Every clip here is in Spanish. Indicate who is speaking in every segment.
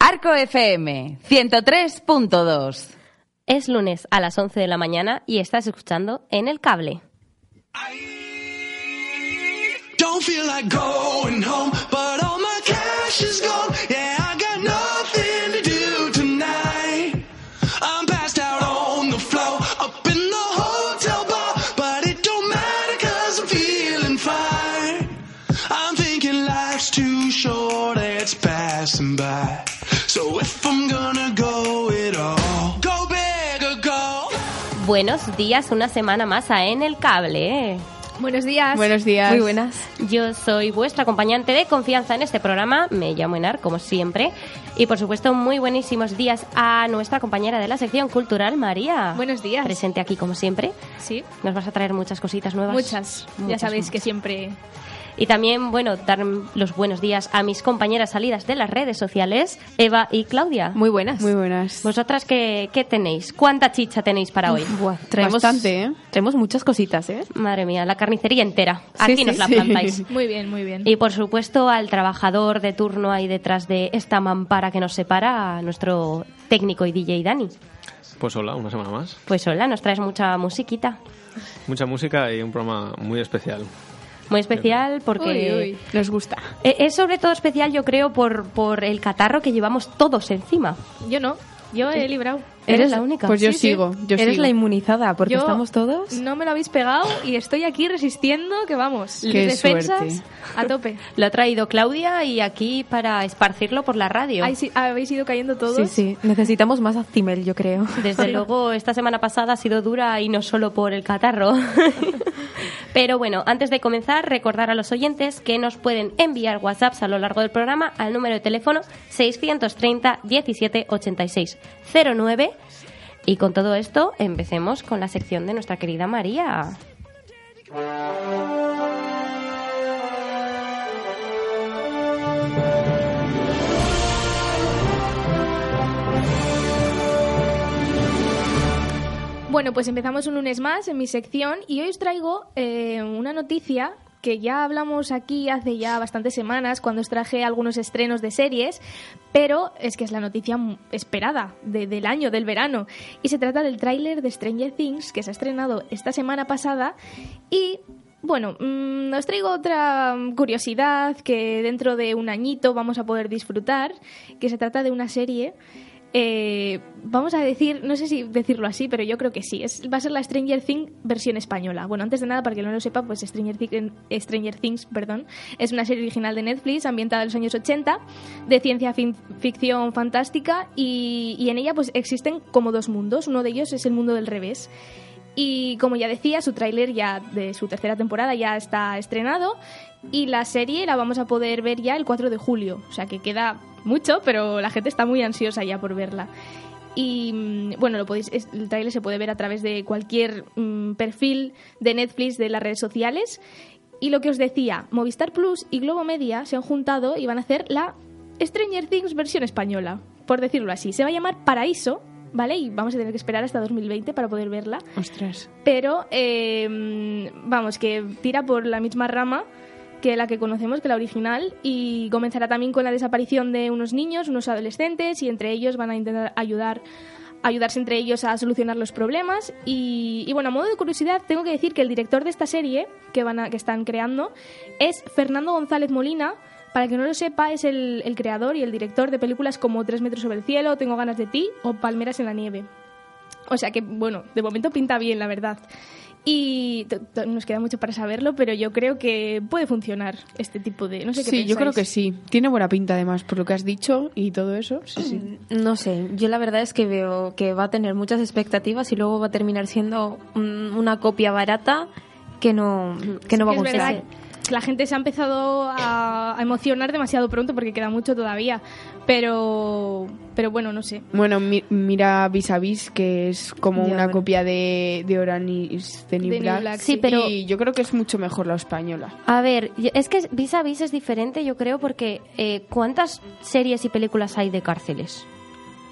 Speaker 1: Arco FM 103.2.
Speaker 2: Es lunes a las 11 de la mañana y estás escuchando en el cable.
Speaker 3: Don't feel like going home, but all my cash is gone. Yeah, I got nothing to do tonight. I'm passed out on the floor, up in the hotel bar, but it don't matter cause I'm feeling fine. I'm thinking life's too short, it's passing by. So if I'm gonna go it all, go big or go.
Speaker 2: Buenos días, una semana más a En el Cable. ¿eh?
Speaker 4: Buenos días.
Speaker 5: Buenos días.
Speaker 4: Muy buenas.
Speaker 2: Yo soy vuestra acompañante de confianza en este programa, me llamo Enar, como siempre, y por supuesto muy buenísimos días a nuestra compañera de la sección cultural, María.
Speaker 4: Buenos días.
Speaker 2: Presente aquí como siempre.
Speaker 4: Sí.
Speaker 2: Nos vas a traer muchas cositas nuevas.
Speaker 4: Muchas. Ya
Speaker 2: Muchas,
Speaker 4: sabéis que
Speaker 2: muchas.
Speaker 4: siempre.
Speaker 2: Y también, bueno, dar los buenos días a mis compañeras salidas de las redes sociales, Eva y Claudia.
Speaker 5: Muy buenas.
Speaker 6: Muy buenas.
Speaker 2: ¿Vosotras qué, qué tenéis? ¿Cuánta chicha tenéis para hoy?
Speaker 6: Buah, traemos,
Speaker 5: Bastante, ¿eh?
Speaker 6: Traemos muchas cositas, ¿eh?
Speaker 2: Madre mía, la carnicería entera.
Speaker 6: Sí,
Speaker 2: Aquí
Speaker 6: sí,
Speaker 2: nos la
Speaker 6: sí.
Speaker 2: plantáis.
Speaker 4: Muy bien, muy bien.
Speaker 2: Y por supuesto al trabajador de turno ahí detrás de esta mampara que nos separa, a nuestro técnico y DJ Dani.
Speaker 7: Pues hola, una semana más.
Speaker 2: Pues hola, nos traes mucha musiquita.
Speaker 7: Mucha música y un programa muy especial.
Speaker 2: Muy especial porque...
Speaker 4: Uy, uy.
Speaker 6: Nos gusta.
Speaker 2: Eh, Es sobre todo especial yo creo por, por el catarro que llevamos todos encima.
Speaker 4: Yo no. Yo he librado.
Speaker 2: Eres la única.
Speaker 5: Pues yo
Speaker 4: Sí, sí.
Speaker 5: sigo. Yo
Speaker 6: Eres
Speaker 5: sigo.
Speaker 6: la inmunizada, porque
Speaker 4: Yo-
Speaker 6: estamos todos.
Speaker 4: No me lo habéis pegado y estoy aquí resistiendo, que vamos.
Speaker 5: Qué
Speaker 4: defensas
Speaker 5: suerte.
Speaker 4: a tope.
Speaker 2: Lo ha traído Claudia y aquí para esparcirlo por la radio.
Speaker 4: Ay, sí, habéis ido cayendo todos.
Speaker 6: Sí, sí. Necesitamos más Actimel, yo creo.
Speaker 2: Desde luego, esta semana pasada ha sido dura y no solo por el catarro. Pero bueno, antes de comenzar, recordar a los oyentes que nos pueden enviar WhatsApps a lo largo del programa al número de teléfono 630 17 86 09. Y con todo esto, empecemos con la sección de nuestra querida María.
Speaker 4: Bueno, pues empezamos un lunes más en mi sección y hoy os traigo eh, una noticia que ya hablamos aquí hace ya bastantes semanas cuando os traje algunos estrenos de series, pero es que es la noticia m- esperada de- del año, del verano. Y se trata del tráiler de Stranger Things que se ha estrenado esta semana pasada y... Bueno, mm, os traigo otra mm, curiosidad que dentro de un añito vamos a poder disfrutar, que se trata de una serie eh, vamos a decir, no sé si decirlo así, pero yo creo que sí. Es, va a ser la Stranger Things versión española. Bueno, antes de nada, para que no lo sepa, pues Stranger, Thi- eh, Stranger Things perdón, es una serie original de Netflix ambientada en los años 80, de ciencia fin- ficción fantástica, y, y en ella pues existen como dos mundos. Uno de ellos es el mundo del revés. Y como ya decía, su tráiler ya de su tercera temporada ya está estrenado y la serie la vamos a poder ver ya el 4 de julio. O sea que queda mucho, pero la gente está muy ansiosa ya por verla. Y mm, bueno, lo podéis, es- el tráiler se puede ver a través de cualquier mm, perfil de Netflix de las redes sociales. Y lo que os decía, Movistar Plus y Globo Media se han juntado y van a hacer la Stranger Things versión española, por decirlo así. Se va a llamar Paraíso, ¿vale? Y vamos a tener que esperar hasta 2020 para poder verla
Speaker 6: Ostras.
Speaker 4: pero eh, vamos, que tira por la misma rama que la que conocemos, que la original, y comenzará también con la desaparición de unos niños, unos adolescentes, y entre ellos van a intentar ayudar ayudarse entre ellos a solucionar los problemas y, y bueno, a modo de curiosidad tengo que decir que el director de esta serie que, van a- que están creando es Fernando González Molina, para el que no lo sepa es el, el creador y el director de películas como Tres metros sobre el cielo, Tengo ganas de ti o Palmeras en la nieve. O sea que, bueno, de momento pinta bien, la verdad. Y t- t- nos queda mucho para saberlo, pero yo creo que puede funcionar este tipo de... No sé qué
Speaker 5: Sí, yo
Speaker 4: pensáis.
Speaker 5: creo que sí. Tiene buena pinta, además, por lo que has dicho y todo eso. Sí, sí.
Speaker 6: No sé, yo la verdad es que veo que va a tener muchas expectativas y luego va a terminar siendo un- una copia barata que no, que no va a
Speaker 4: Es verdad
Speaker 6: gustar.
Speaker 4: que La gente se ha empezado a, a emocionar demasiado pronto porque queda mucho todavía. Pero Pero bueno, no sé.
Speaker 5: Bueno, mi- mira Vis a Vis, que es como
Speaker 6: Ya,
Speaker 5: una
Speaker 6: bueno.
Speaker 5: copia de, de Oranis de New
Speaker 4: De New
Speaker 5: Black.
Speaker 4: Black,
Speaker 2: Sí, sí. pero-
Speaker 5: Y yo creo que es mucho mejor la española.
Speaker 2: A ver, yo- es que vis a vis es diferente, yo creo, porque eh, ¿cuántas series y películas hay de cárceles?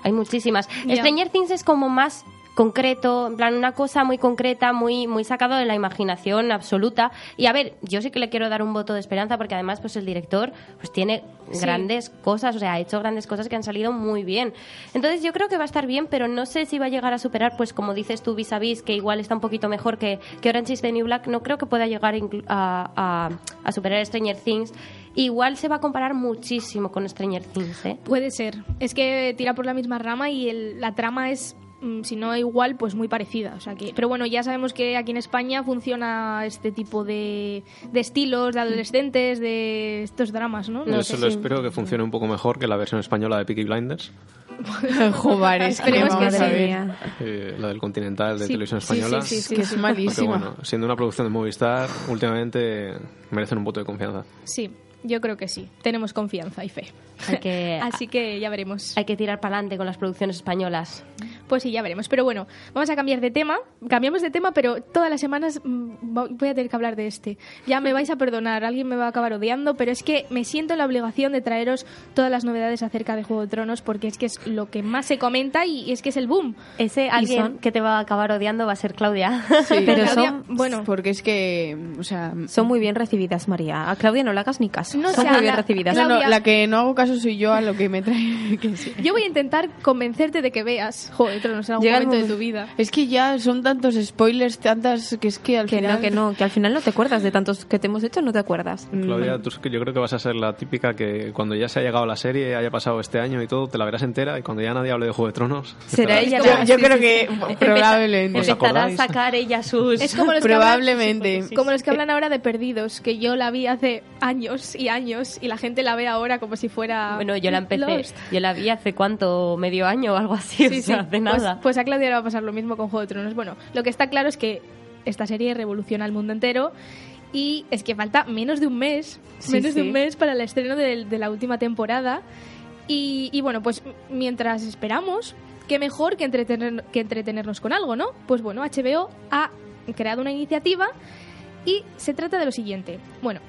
Speaker 2: Hay muchísimas.
Speaker 4: Ya.
Speaker 2: Stranger Things es como más concreto, en plan una cosa muy concreta, muy muy sacado de la imaginación absoluta. Y a ver, yo sí que le quiero dar un voto de esperanza porque además pues el director pues tiene grandes cosas, o sea, ha hecho grandes cosas que han salido muy bien. Entonces yo creo que va a estar bien, pero no sé si va a llegar a superar pues como dices tú Vis a Vis, que igual está un poquito mejor que que Orange is the New Black, no creo que pueda llegar inclu- a, a- a superar Stranger Things. Igual se va a comparar muchísimo con Stranger Things, ¿eh?
Speaker 4: Puede ser. Es que tira por la misma rama y el- la trama es, mm, si no igual, pues muy parecida. O sea que, pero bueno, ya sabemos que aquí en España funciona este tipo de, de estilos, de adolescentes, de estos dramas, ¿no?
Speaker 2: No
Speaker 7: Yo
Speaker 2: sé
Speaker 7: solo
Speaker 2: si-
Speaker 7: espero que funcione un poco mejor que la versión española de Peaky Blinders,
Speaker 5: Joder, es que
Speaker 4: Esperemos que
Speaker 5: vamos a
Speaker 4: sí.
Speaker 5: ver.
Speaker 7: eh, la del Continental de
Speaker 4: Sí,
Speaker 7: Televisión
Speaker 4: sí, sí,
Speaker 7: Española.
Speaker 4: sí,
Speaker 5: Es que es
Speaker 7: Porque
Speaker 5: malísima.
Speaker 7: bueno, siendo una producción de Movistar, últimamente merecen un voto de confianza.
Speaker 4: Sí, yo creo que sí. Tenemos confianza y fe.
Speaker 2: Hay que-
Speaker 4: Así que ya veremos.
Speaker 2: Hay que tirar para adelante con las producciones españolas.
Speaker 4: Pues sí, ya veremos. Pero bueno, vamos a cambiar de tema. Cambiamos de tema, pero todas las semanas mm, va- voy a tener que hablar de este. Ya me vais a perdonar, alguien me va a acabar odiando, pero es que me siento en la obligación de traeros todas las novedades acerca de Juego de Tronos porque es que es lo que más se comenta y es que es el boom.
Speaker 2: Ese
Speaker 6: alguien
Speaker 2: que te va a acabar odiando va a ser Claudia.
Speaker 5: Sí.
Speaker 6: Pero
Speaker 4: Claudia,
Speaker 6: son,
Speaker 4: bueno,
Speaker 5: Porque es que, o sea...
Speaker 6: son muy bien recibidas, María. A Claudia no le hagas ni caso.
Speaker 4: No
Speaker 6: son
Speaker 4: sé,
Speaker 6: muy
Speaker 4: Ana,
Speaker 6: bien recibidas.
Speaker 5: No, no,
Speaker 4: Claudia-
Speaker 5: la que no hago caso soy yo a lo que me trae. que sí.
Speaker 4: yo voy a intentar convencerte de que veas Juego de Tronos en algún
Speaker 6: Llega el
Speaker 4: momento de
Speaker 6: momento.
Speaker 4: tu vida.
Speaker 5: Es que ya son tantos spoilers, tantas que es que al
Speaker 6: Que
Speaker 5: final...
Speaker 6: no, que no, que al final no te acuerdas de tantos que te hemos hecho, no te acuerdas.
Speaker 4: Mm,
Speaker 7: Claudia, tú, yo creo que vas a ser la típica que cuando ya se ha llegado la serie, haya pasado este año y todo, te la verás entera y cuando ya nadie hable de Juego de Tronos.
Speaker 6: Será
Speaker 7: estarás-
Speaker 6: ella
Speaker 5: Yo,
Speaker 6: la-
Speaker 5: yo
Speaker 6: sí,
Speaker 5: creo
Speaker 6: sí,
Speaker 5: que probablemente.
Speaker 7: ¿Os
Speaker 2: Empezará a
Speaker 7: acordáis?
Speaker 2: sacar ella sus...
Speaker 4: Es como los
Speaker 5: Probablemente.
Speaker 4: Que hablan, como los que hablan ahora de Perdidos, que yo la vi hace años y años y la gente la ve ahora como si fuera.
Speaker 2: Bueno, yo la empecé.
Speaker 4: Ah, Lost.
Speaker 2: Yo la vi hace cuánto, medio año o algo así,
Speaker 4: Sí,
Speaker 2: o sea,
Speaker 4: sí.
Speaker 2: de nada.
Speaker 4: Pues, pues a Claudia le va a pasar lo mismo con Juego de Tronos. Bueno, lo que está claro es que esta serie revoluciona el mundo entero y es que falta menos de un mes,
Speaker 6: Sí,
Speaker 4: menos de
Speaker 6: sí.
Speaker 4: un mes para el estreno del- de, la última temporada. Y, y bueno, pues m- mientras esperamos, qué mejor que, entretener- que entretenernos con algo, ¿no? Pues bueno, HBO ha creado una iniciativa y se trata de lo siguiente. Bueno,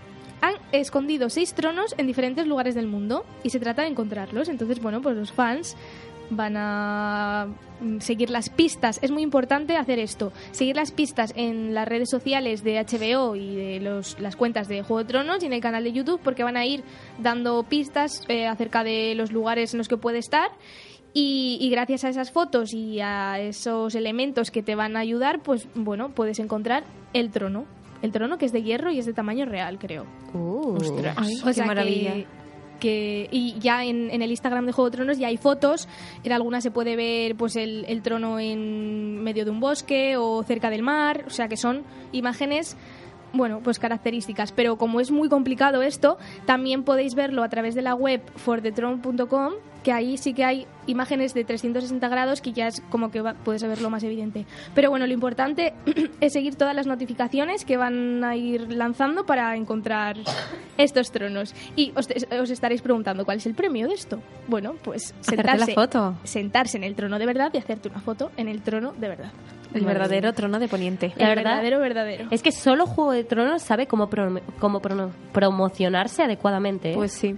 Speaker 4: han escondido seis tronos en diferentes lugares del mundo y se trata de encontrarlos. Entonces, bueno, pues los fans van a mm, seguir las pistas. Es muy importante hacer esto. Seguir las pistas en las redes sociales de HBO y de los- las cuentas de Juego de Tronos y en el canal de YouTube porque van a ir dando pistas eh, acerca de los lugares en los que puede estar. Y, y gracias a esas fotos y a esos elementos que te van a ayudar, pues bueno, puedes encontrar el trono. El trono que es de hierro y es de tamaño real, creo.
Speaker 6: Ostras,
Speaker 4: Ay,
Speaker 6: qué maravilla.
Speaker 4: Que, que- y ya en, en el Instagram de Juego de Tronos ya hay fotos. En algunas se puede ver pues el, el trono en medio de un bosque o cerca del mar. O sea que son imágenes, bueno, pues características. Pero como es muy complicado esto, también podéis verlo a través de la web forthethrone.com, que ahí sí que hay imágenes de 360 grados que ya es como que va- puedes verlo más evidente. Pero bueno, lo importante es seguir todas las notificaciones que van a ir lanzando para encontrar estos tronos. Y os, os estaréis preguntando, ¿cuál es el premio de esto? Bueno, pues
Speaker 6: Hacerte la
Speaker 4: sentarse,
Speaker 6: foto.
Speaker 4: sentarse en el trono de verdad y hacerte una foto en el trono de verdad.
Speaker 6: El verdadero trono de Poniente.
Speaker 2: La
Speaker 4: el
Speaker 2: verdad-
Speaker 4: verdadero, verdadero.
Speaker 2: Es que solo Juego de Tronos sabe cómo, pro- cómo prono- promocionarse adecuadamente. ¿eh?
Speaker 6: Pues sí.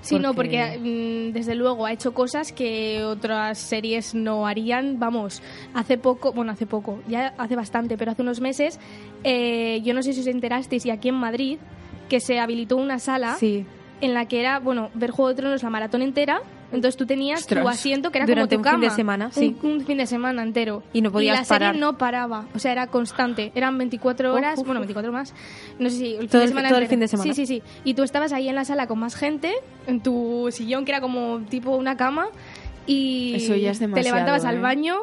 Speaker 4: Sí, no,
Speaker 2: porque-
Speaker 4: porque mm, desde luego ha hecho cosas que otras series no harían. Vamos, hace poco, bueno, hace poco, ya hace bastante, pero hace unos meses, eh, yo no sé si os enterasteis, y aquí en Madrid, que se habilitó una sala
Speaker 6: Sí.
Speaker 4: en la que era, bueno, ver Juego de Tronos la maratón entera. Entonces tú tenías tu
Speaker 5: Ostras.
Speaker 4: asiento que era
Speaker 6: Durante
Speaker 4: como tu
Speaker 6: un fin de
Speaker 4: cama,
Speaker 6: semana,
Speaker 4: un-
Speaker 6: sí.
Speaker 4: Un, fin de semana entero.
Speaker 6: Y no podías
Speaker 4: la
Speaker 6: parar.
Speaker 4: serie no paraba, o sea, era constante. Eran 24
Speaker 6: Uf,
Speaker 4: horas,
Speaker 6: uf,
Speaker 4: bueno,
Speaker 6: uf.
Speaker 4: 24 más. No sé si el fin
Speaker 6: Todo
Speaker 4: de
Speaker 6: el-
Speaker 4: semana
Speaker 6: todo el
Speaker 4: entero.
Speaker 6: fin de semana.
Speaker 4: Sí, sí, sí. Y tú estabas ahí en la sala con más gente, en tu sillón que era como tipo una cama y
Speaker 5: Eso ya es
Speaker 4: te
Speaker 5: demasiado,
Speaker 4: levantabas al
Speaker 5: ¿eh?
Speaker 4: baño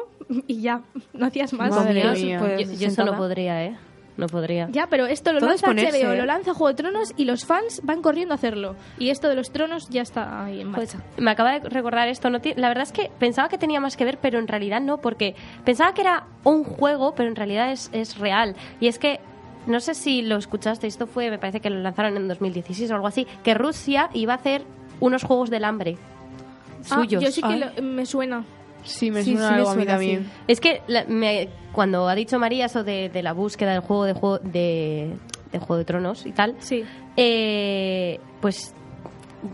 Speaker 4: y ya no hacías más.
Speaker 5: Madre
Speaker 6: Yo-
Speaker 2: yo,
Speaker 5: mía.
Speaker 6: pues,
Speaker 2: yo eso no
Speaker 6: sentada.
Speaker 2: podría, ¿eh? No podría.
Speaker 4: Ya, pero esto lo
Speaker 6: Todo es
Speaker 4: lanza
Speaker 6: ponerse,
Speaker 4: HBO,
Speaker 6: ¿eh?
Speaker 4: lo lanza Juego de Tronos y los fans van corriendo a hacerlo. Y esto de los tronos ya está ahí en
Speaker 2: Pues,
Speaker 4: marcha.
Speaker 2: me acaba de recordar esto. No ti- la verdad es que pensaba que tenía más que ver, pero en realidad no, porque pensaba que era un juego, pero en realidad es, es real. Y es que, no sé si lo escuchaste, esto fue, me parece que lo lanzaron en 2016 o algo así, que Rusia iba a hacer unos juegos del hambre.
Speaker 4: Ah,
Speaker 2: suyos.
Speaker 4: yo sí que
Speaker 6: Ay.
Speaker 4: lo- me suena.
Speaker 5: Sí, me
Speaker 6: Sí,
Speaker 5: suena
Speaker 6: sí, me
Speaker 5: algo
Speaker 6: suena,
Speaker 5: a mí también.
Speaker 2: Es que la- me- cuando ha dicho María eso de, de la búsqueda del juego de, juego de, de Juego de Tronos y tal,
Speaker 4: Sí.
Speaker 2: eh, pues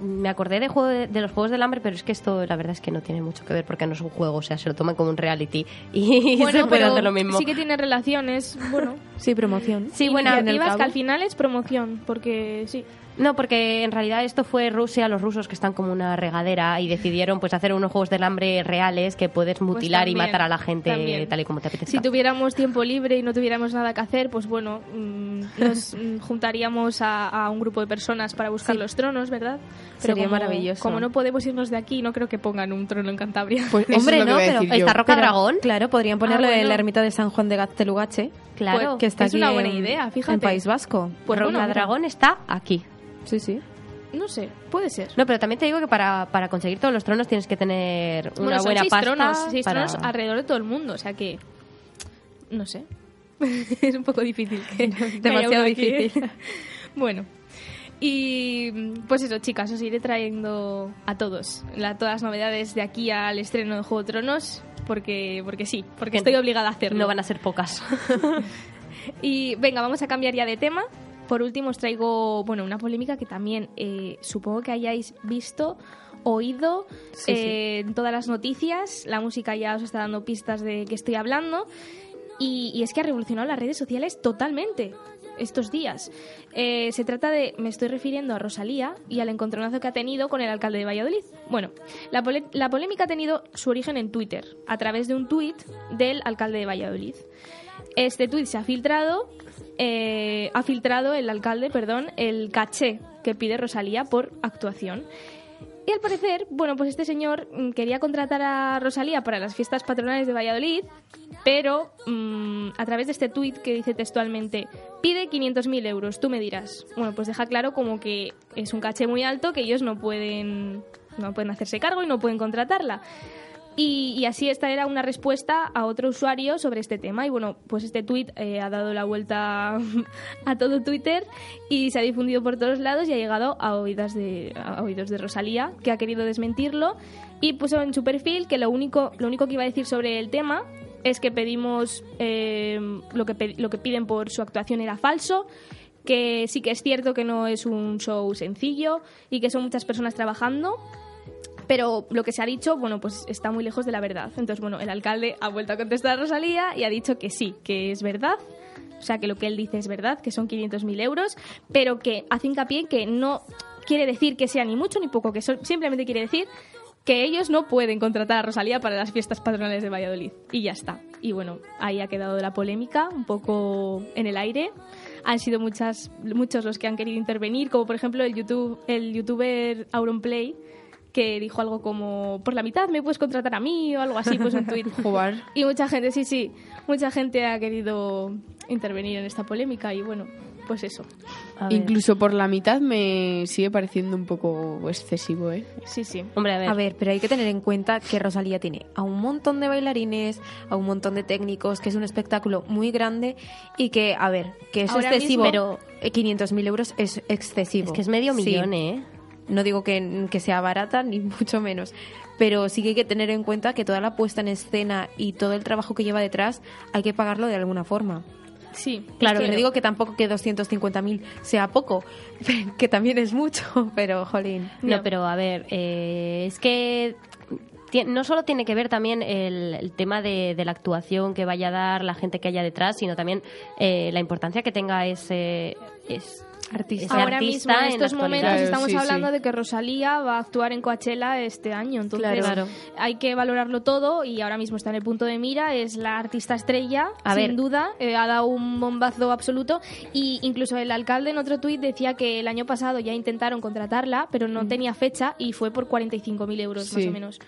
Speaker 2: me acordé de, juego de, de los Juegos del Hambre, pero es que esto la verdad es que no tiene mucho que ver porque no es un juego, o sea, se lo toman como un reality y se puede hacer lo mismo.
Speaker 4: sí que tiene relaciones, bueno,
Speaker 6: Sí, promoción.
Speaker 2: Sí, bueno,
Speaker 4: iniciativas
Speaker 2: en el cabo.
Speaker 4: que al final es promoción, porque sí.
Speaker 2: No, porque en realidad esto fue Rusia, los rusos que están como una regadera y decidieron pues hacer unos juegos del hambre reales que puedes mutilar
Speaker 4: Pues también,
Speaker 2: y matar a la gente
Speaker 4: también.
Speaker 2: tal y como te apetezca.
Speaker 4: Si tuviéramos tiempo libre y no tuviéramos nada que hacer, pues bueno, mm, nos mm, juntaríamos a, a un grupo de personas para buscar los tronos, ¿verdad?
Speaker 6: Sería maravilloso.
Speaker 4: Como no podemos irnos de aquí, no creo que pongan un trono en Cantabria.
Speaker 5: Pues eso
Speaker 6: Hombre,
Speaker 5: es lo que
Speaker 6: no,
Speaker 5: voy a
Speaker 6: pero
Speaker 5: decir yo.
Speaker 2: ¿Está Roca
Speaker 6: Pero,
Speaker 2: Dragón?
Speaker 6: Claro, podrían ponerlo
Speaker 4: Ah,
Speaker 6: en
Speaker 4: bueno.
Speaker 6: la ermita de San Juan de Gaztelugache,
Speaker 2: Claro.
Speaker 6: que está
Speaker 4: es
Speaker 6: aquí
Speaker 4: una buena
Speaker 6: en-
Speaker 4: idea,
Speaker 6: En
Speaker 4: fíjate.
Speaker 6: País Vasco.
Speaker 4: Pues
Speaker 2: Roca
Speaker 4: bueno, mira.
Speaker 2: Dragón está aquí.
Speaker 6: Sí, sí.
Speaker 4: No sé, puede ser.
Speaker 2: No, pero también te digo que para, para conseguir todos los tronos tienes que tener una
Speaker 4: bueno, son
Speaker 2: buena
Speaker 4: seis
Speaker 2: pasta.
Speaker 4: tronos, seis
Speaker 2: para-
Speaker 4: tronos alrededor de todo el mundo, o sea que no sé. es un poco difícil que que haya
Speaker 6: Demasiado
Speaker 4: uno aquí.
Speaker 6: difícil.
Speaker 4: bueno. Y mm, pues eso, chicas, os iré trayendo a todos la- todas las novedades de aquí al estreno de Juego de Tronos, porque porque sí, porque estoy obligada a hacerlo.
Speaker 2: No van a ser pocas.
Speaker 4: Y venga, vamos a cambiar ya de tema. Por último os traigo, bueno, una polémica que también eh, supongo que hayáis visto, oído
Speaker 6: Sí,
Speaker 4: eh, en todas las noticias. La música ya os está dando pistas de que estoy hablando. Y, y es que ha revolucionado las redes sociales totalmente estos días. Eh, se trata de, me estoy refiriendo a Rosalía y al encontronazo que ha tenido con el alcalde de Valladolid. Bueno, la, pole- la polémica ha tenido su origen en Twitter, a través de un tuit del alcalde de Valladolid. Este tuit se ha filtrado, eh, ha filtrado el alcalde, perdón, el caché que pide Rosalía por actuación. Y al parecer, bueno, pues este señor mm, quería contratar a Rosalía para las fiestas patronales de Valladolid, pero mm, a través de este tuit que dice textualmente, pide 500.000 euros, tú me dirás. Bueno, pues deja claro como que es un caché muy alto que ellos no pueden, no pueden hacerse cargo y no pueden contratarla. Y, y así esta era una respuesta a otro usuario sobre este tema. Y bueno, pues este tuit eh, ha dado la vuelta a todo Twitter y se ha difundido por todos lados y ha llegado a oídas de, a oídos de Rosalía, que ha querido desmentirlo. Y puso en su perfil que lo único, lo único que iba a decir sobre el tema es que pedimos eh, lo, que pe- lo que piden por su actuación era falso que sí que es cierto que no es un show sencillo y que son muchas personas trabajando, pero lo que se ha dicho, bueno, pues está muy lejos de la verdad. Entonces, bueno, el alcalde ha vuelto a contestar a Rosalía y ha dicho que sí, que es verdad. O sea, que lo que él dice es verdad, que son 500.000 euros, pero que hace hincapié en que no quiere decir que sea ni mucho ni poco, que sol- simplemente quiere decir que ellos no pueden contratar a Rosalía para las fiestas patronales de Valladolid. Y ya está. Y bueno, ahí ha quedado la polémica, un poco en el aire. Han sido muchas, muchos los que han querido intervenir, como por ejemplo el, YouTube, el youtuber Auronplay, que dijo algo como, por la mitad me puedes contratar a mí o algo así, pues un tuit.
Speaker 5: Jugar.
Speaker 4: Y mucha gente, sí, sí, mucha gente ha querido intervenir en esta polémica y bueno, pues eso.
Speaker 2: A ver.
Speaker 5: Incluso por la mitad me sigue pareciendo un poco excesivo, ¿eh?
Speaker 4: Sí, sí.
Speaker 2: Hombre, a ver.
Speaker 6: A ver, pero hay que tener en cuenta que Rosalía tiene a un montón de bailarines, a un montón de técnicos, que es un espectáculo muy grande y que, a ver, que es
Speaker 4: Ahora
Speaker 6: excesivo,
Speaker 2: mismo-
Speaker 6: pero 500.000 euros es excesivo.
Speaker 2: Es que es medio
Speaker 6: Sí.
Speaker 2: millón, ¿eh?
Speaker 6: No digo que, que sea barata, ni mucho menos. Pero sí que hay que tener en cuenta que toda la puesta en escena y todo el trabajo que lleva detrás hay que pagarlo de alguna forma.
Speaker 4: Sí,
Speaker 6: Claro, que
Speaker 4: pero-
Speaker 6: no digo que tampoco que 250.000 sea poco, que también es mucho, pero jolín.
Speaker 2: No,
Speaker 4: Ya.
Speaker 2: pero a ver, eh, es que ti- no solo tiene que ver también el, el tema de, de la actuación que vaya a dar la gente que haya detrás, sino también eh, la importancia que tenga ese, es- ese
Speaker 6: Artista.
Speaker 4: Ahora mismo,
Speaker 2: artista
Speaker 4: en
Speaker 2: en
Speaker 4: estos
Speaker 2: la
Speaker 4: momentos,
Speaker 2: actualidad.
Speaker 4: estamos
Speaker 5: Claro, sí,
Speaker 4: hablando
Speaker 5: sí.
Speaker 4: de que Rosalía va a actuar en Coachella este año. Entonces,
Speaker 2: Claro.
Speaker 4: hay que valorarlo todo y ahora mismo está en el punto de mira. Es la artista estrella,
Speaker 2: A
Speaker 4: sin
Speaker 2: ver.
Speaker 4: duda. eh, ha dado un bombazo absoluto. Y incluso el alcalde en otro tuit decía que el año pasado ya intentaron contratarla, pero
Speaker 2: Mm.
Speaker 4: no tenía fecha y fue por 45.000 euros, más
Speaker 5: Sí.
Speaker 4: o menos.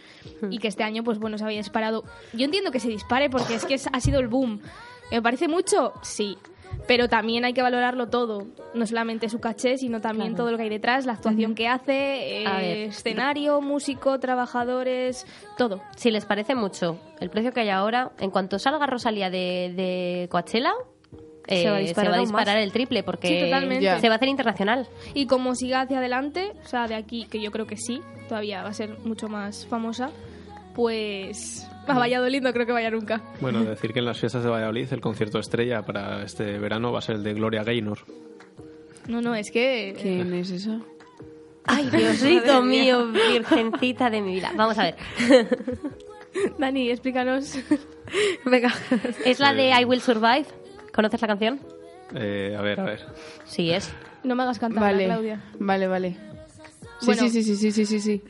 Speaker 4: Y que este año, pues bueno, se había disparado. Yo entiendo que se dispare porque es que es- ha sido el boom. ¿Me parece mucho? Sí. Pero también hay que valorarlo todo, no solamente su caché, sino también todo lo que hay detrás, la actuación que hace,
Speaker 2: A
Speaker 4: eh,
Speaker 2: ver.
Speaker 4: escenario, músico, trabajadores, todo.
Speaker 2: Si les parece mucho el precio que hay ahora, en cuanto salga Rosalía de, de Coachella, eh, se va a disparar,
Speaker 6: aún más.
Speaker 2: el triple porque
Speaker 4: Sí, totalmente.
Speaker 5: Ya.
Speaker 2: se va a hacer internacional.
Speaker 4: Y como siga hacia adelante, o sea, de aquí, que yo creo que sí, todavía va a ser mucho más famosa, pues a Valladolid no creo que vaya nunca.
Speaker 7: Bueno, decir que en las fiestas de Valladolid el concierto estrella para este verano va a ser el de Gloria Gaynor.
Speaker 4: No, no, es que... eh,
Speaker 5: ¿Quién es esa?
Speaker 2: Ay, Diosito mío, virgencita de mi vida. Vamos a ver.
Speaker 4: Dani, explícanos.
Speaker 2: Venga. Es la de I Will Survive. ¿Conoces la canción?
Speaker 7: Eh, a ver, a ver.
Speaker 2: Sí, es.
Speaker 4: No me hagas cantar,
Speaker 5: Vale,
Speaker 4: Claudia.
Speaker 5: vale, vale. Sí,
Speaker 4: Bueno.
Speaker 5: sí, sí, sí, sí, sí, sí, sí.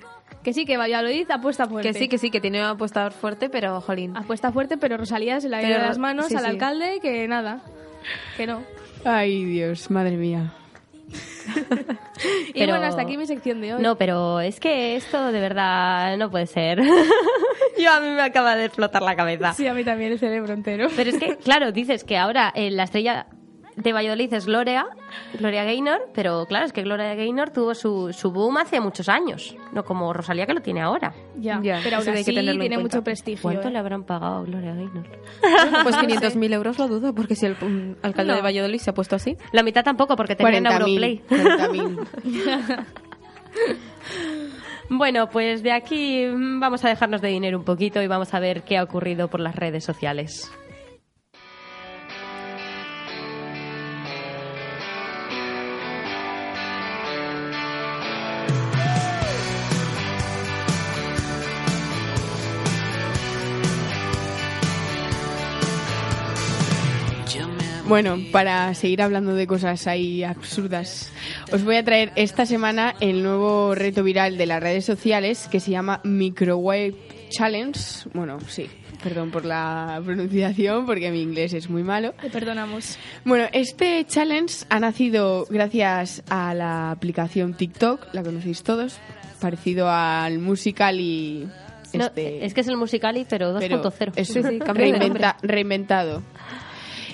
Speaker 4: Que sí, que Valladolid apuesta fuerte.
Speaker 6: Que sí, que sí, que tiene un apostador fuerte, pero jolín.
Speaker 4: Apuesta fuerte, pero Rosalía se la dio
Speaker 6: Pero-
Speaker 4: de las manos
Speaker 6: sí,
Speaker 4: al
Speaker 6: sí.
Speaker 4: alcalde que nada, que no.
Speaker 5: Ay, Dios, madre mía.
Speaker 4: Y
Speaker 2: Pero-
Speaker 4: bueno, hasta aquí mi sección de hoy.
Speaker 2: No, pero es que esto de verdad no puede ser. Yo a mí me acaba de explotar la cabeza.
Speaker 4: Sí, a mí también el cerebro entero.
Speaker 2: Pero es que, claro, dices que ahora eh, la estrella de Valladolid es Gloria, Gloria Gaynor, pero claro, es que Gloria Gaynor tuvo su, su boom hace muchos años, no como Rosalía que lo tiene ahora.
Speaker 4: Ya,
Speaker 6: Ya,
Speaker 4: pero aún
Speaker 6: eso hay que
Speaker 4: así
Speaker 6: tenerlo en
Speaker 4: tiene
Speaker 6: cuenta.
Speaker 4: mucho prestigio.
Speaker 2: ¿Cuánto
Speaker 4: ¿eh?
Speaker 2: le habrán pagado a Gloria Gaynor?
Speaker 6: Pues 500.000 euros lo dudo, porque si el mm, alcalde
Speaker 4: No.
Speaker 6: de Valladolid se ha puesto así.
Speaker 2: La mitad tampoco, porque tenían
Speaker 5: 40.000.
Speaker 2: Europlay.
Speaker 5: 40.000.
Speaker 2: Bueno, pues de aquí mm, vamos a dejarnos de dinero un poquito y vamos a ver qué ha ocurrido por las redes sociales.
Speaker 5: Bueno, para seguir hablando de cosas ahí absurdas, os voy a traer esta semana el nuevo reto viral de las redes sociales que se llama Microwave Challenge. Bueno, sí, perdón por la pronunciación porque mi inglés es muy malo.
Speaker 4: Te perdonamos.
Speaker 5: Bueno, este challenge ha nacido gracias a la aplicación TikTok, la conocéis todos, parecido al musical y...
Speaker 2: No,
Speaker 5: este-
Speaker 2: es que es el Musicali, pero
Speaker 5: pero
Speaker 2: 2.0.
Speaker 5: es
Speaker 2: cambia de nombre.
Speaker 5: reinventa- reinventado.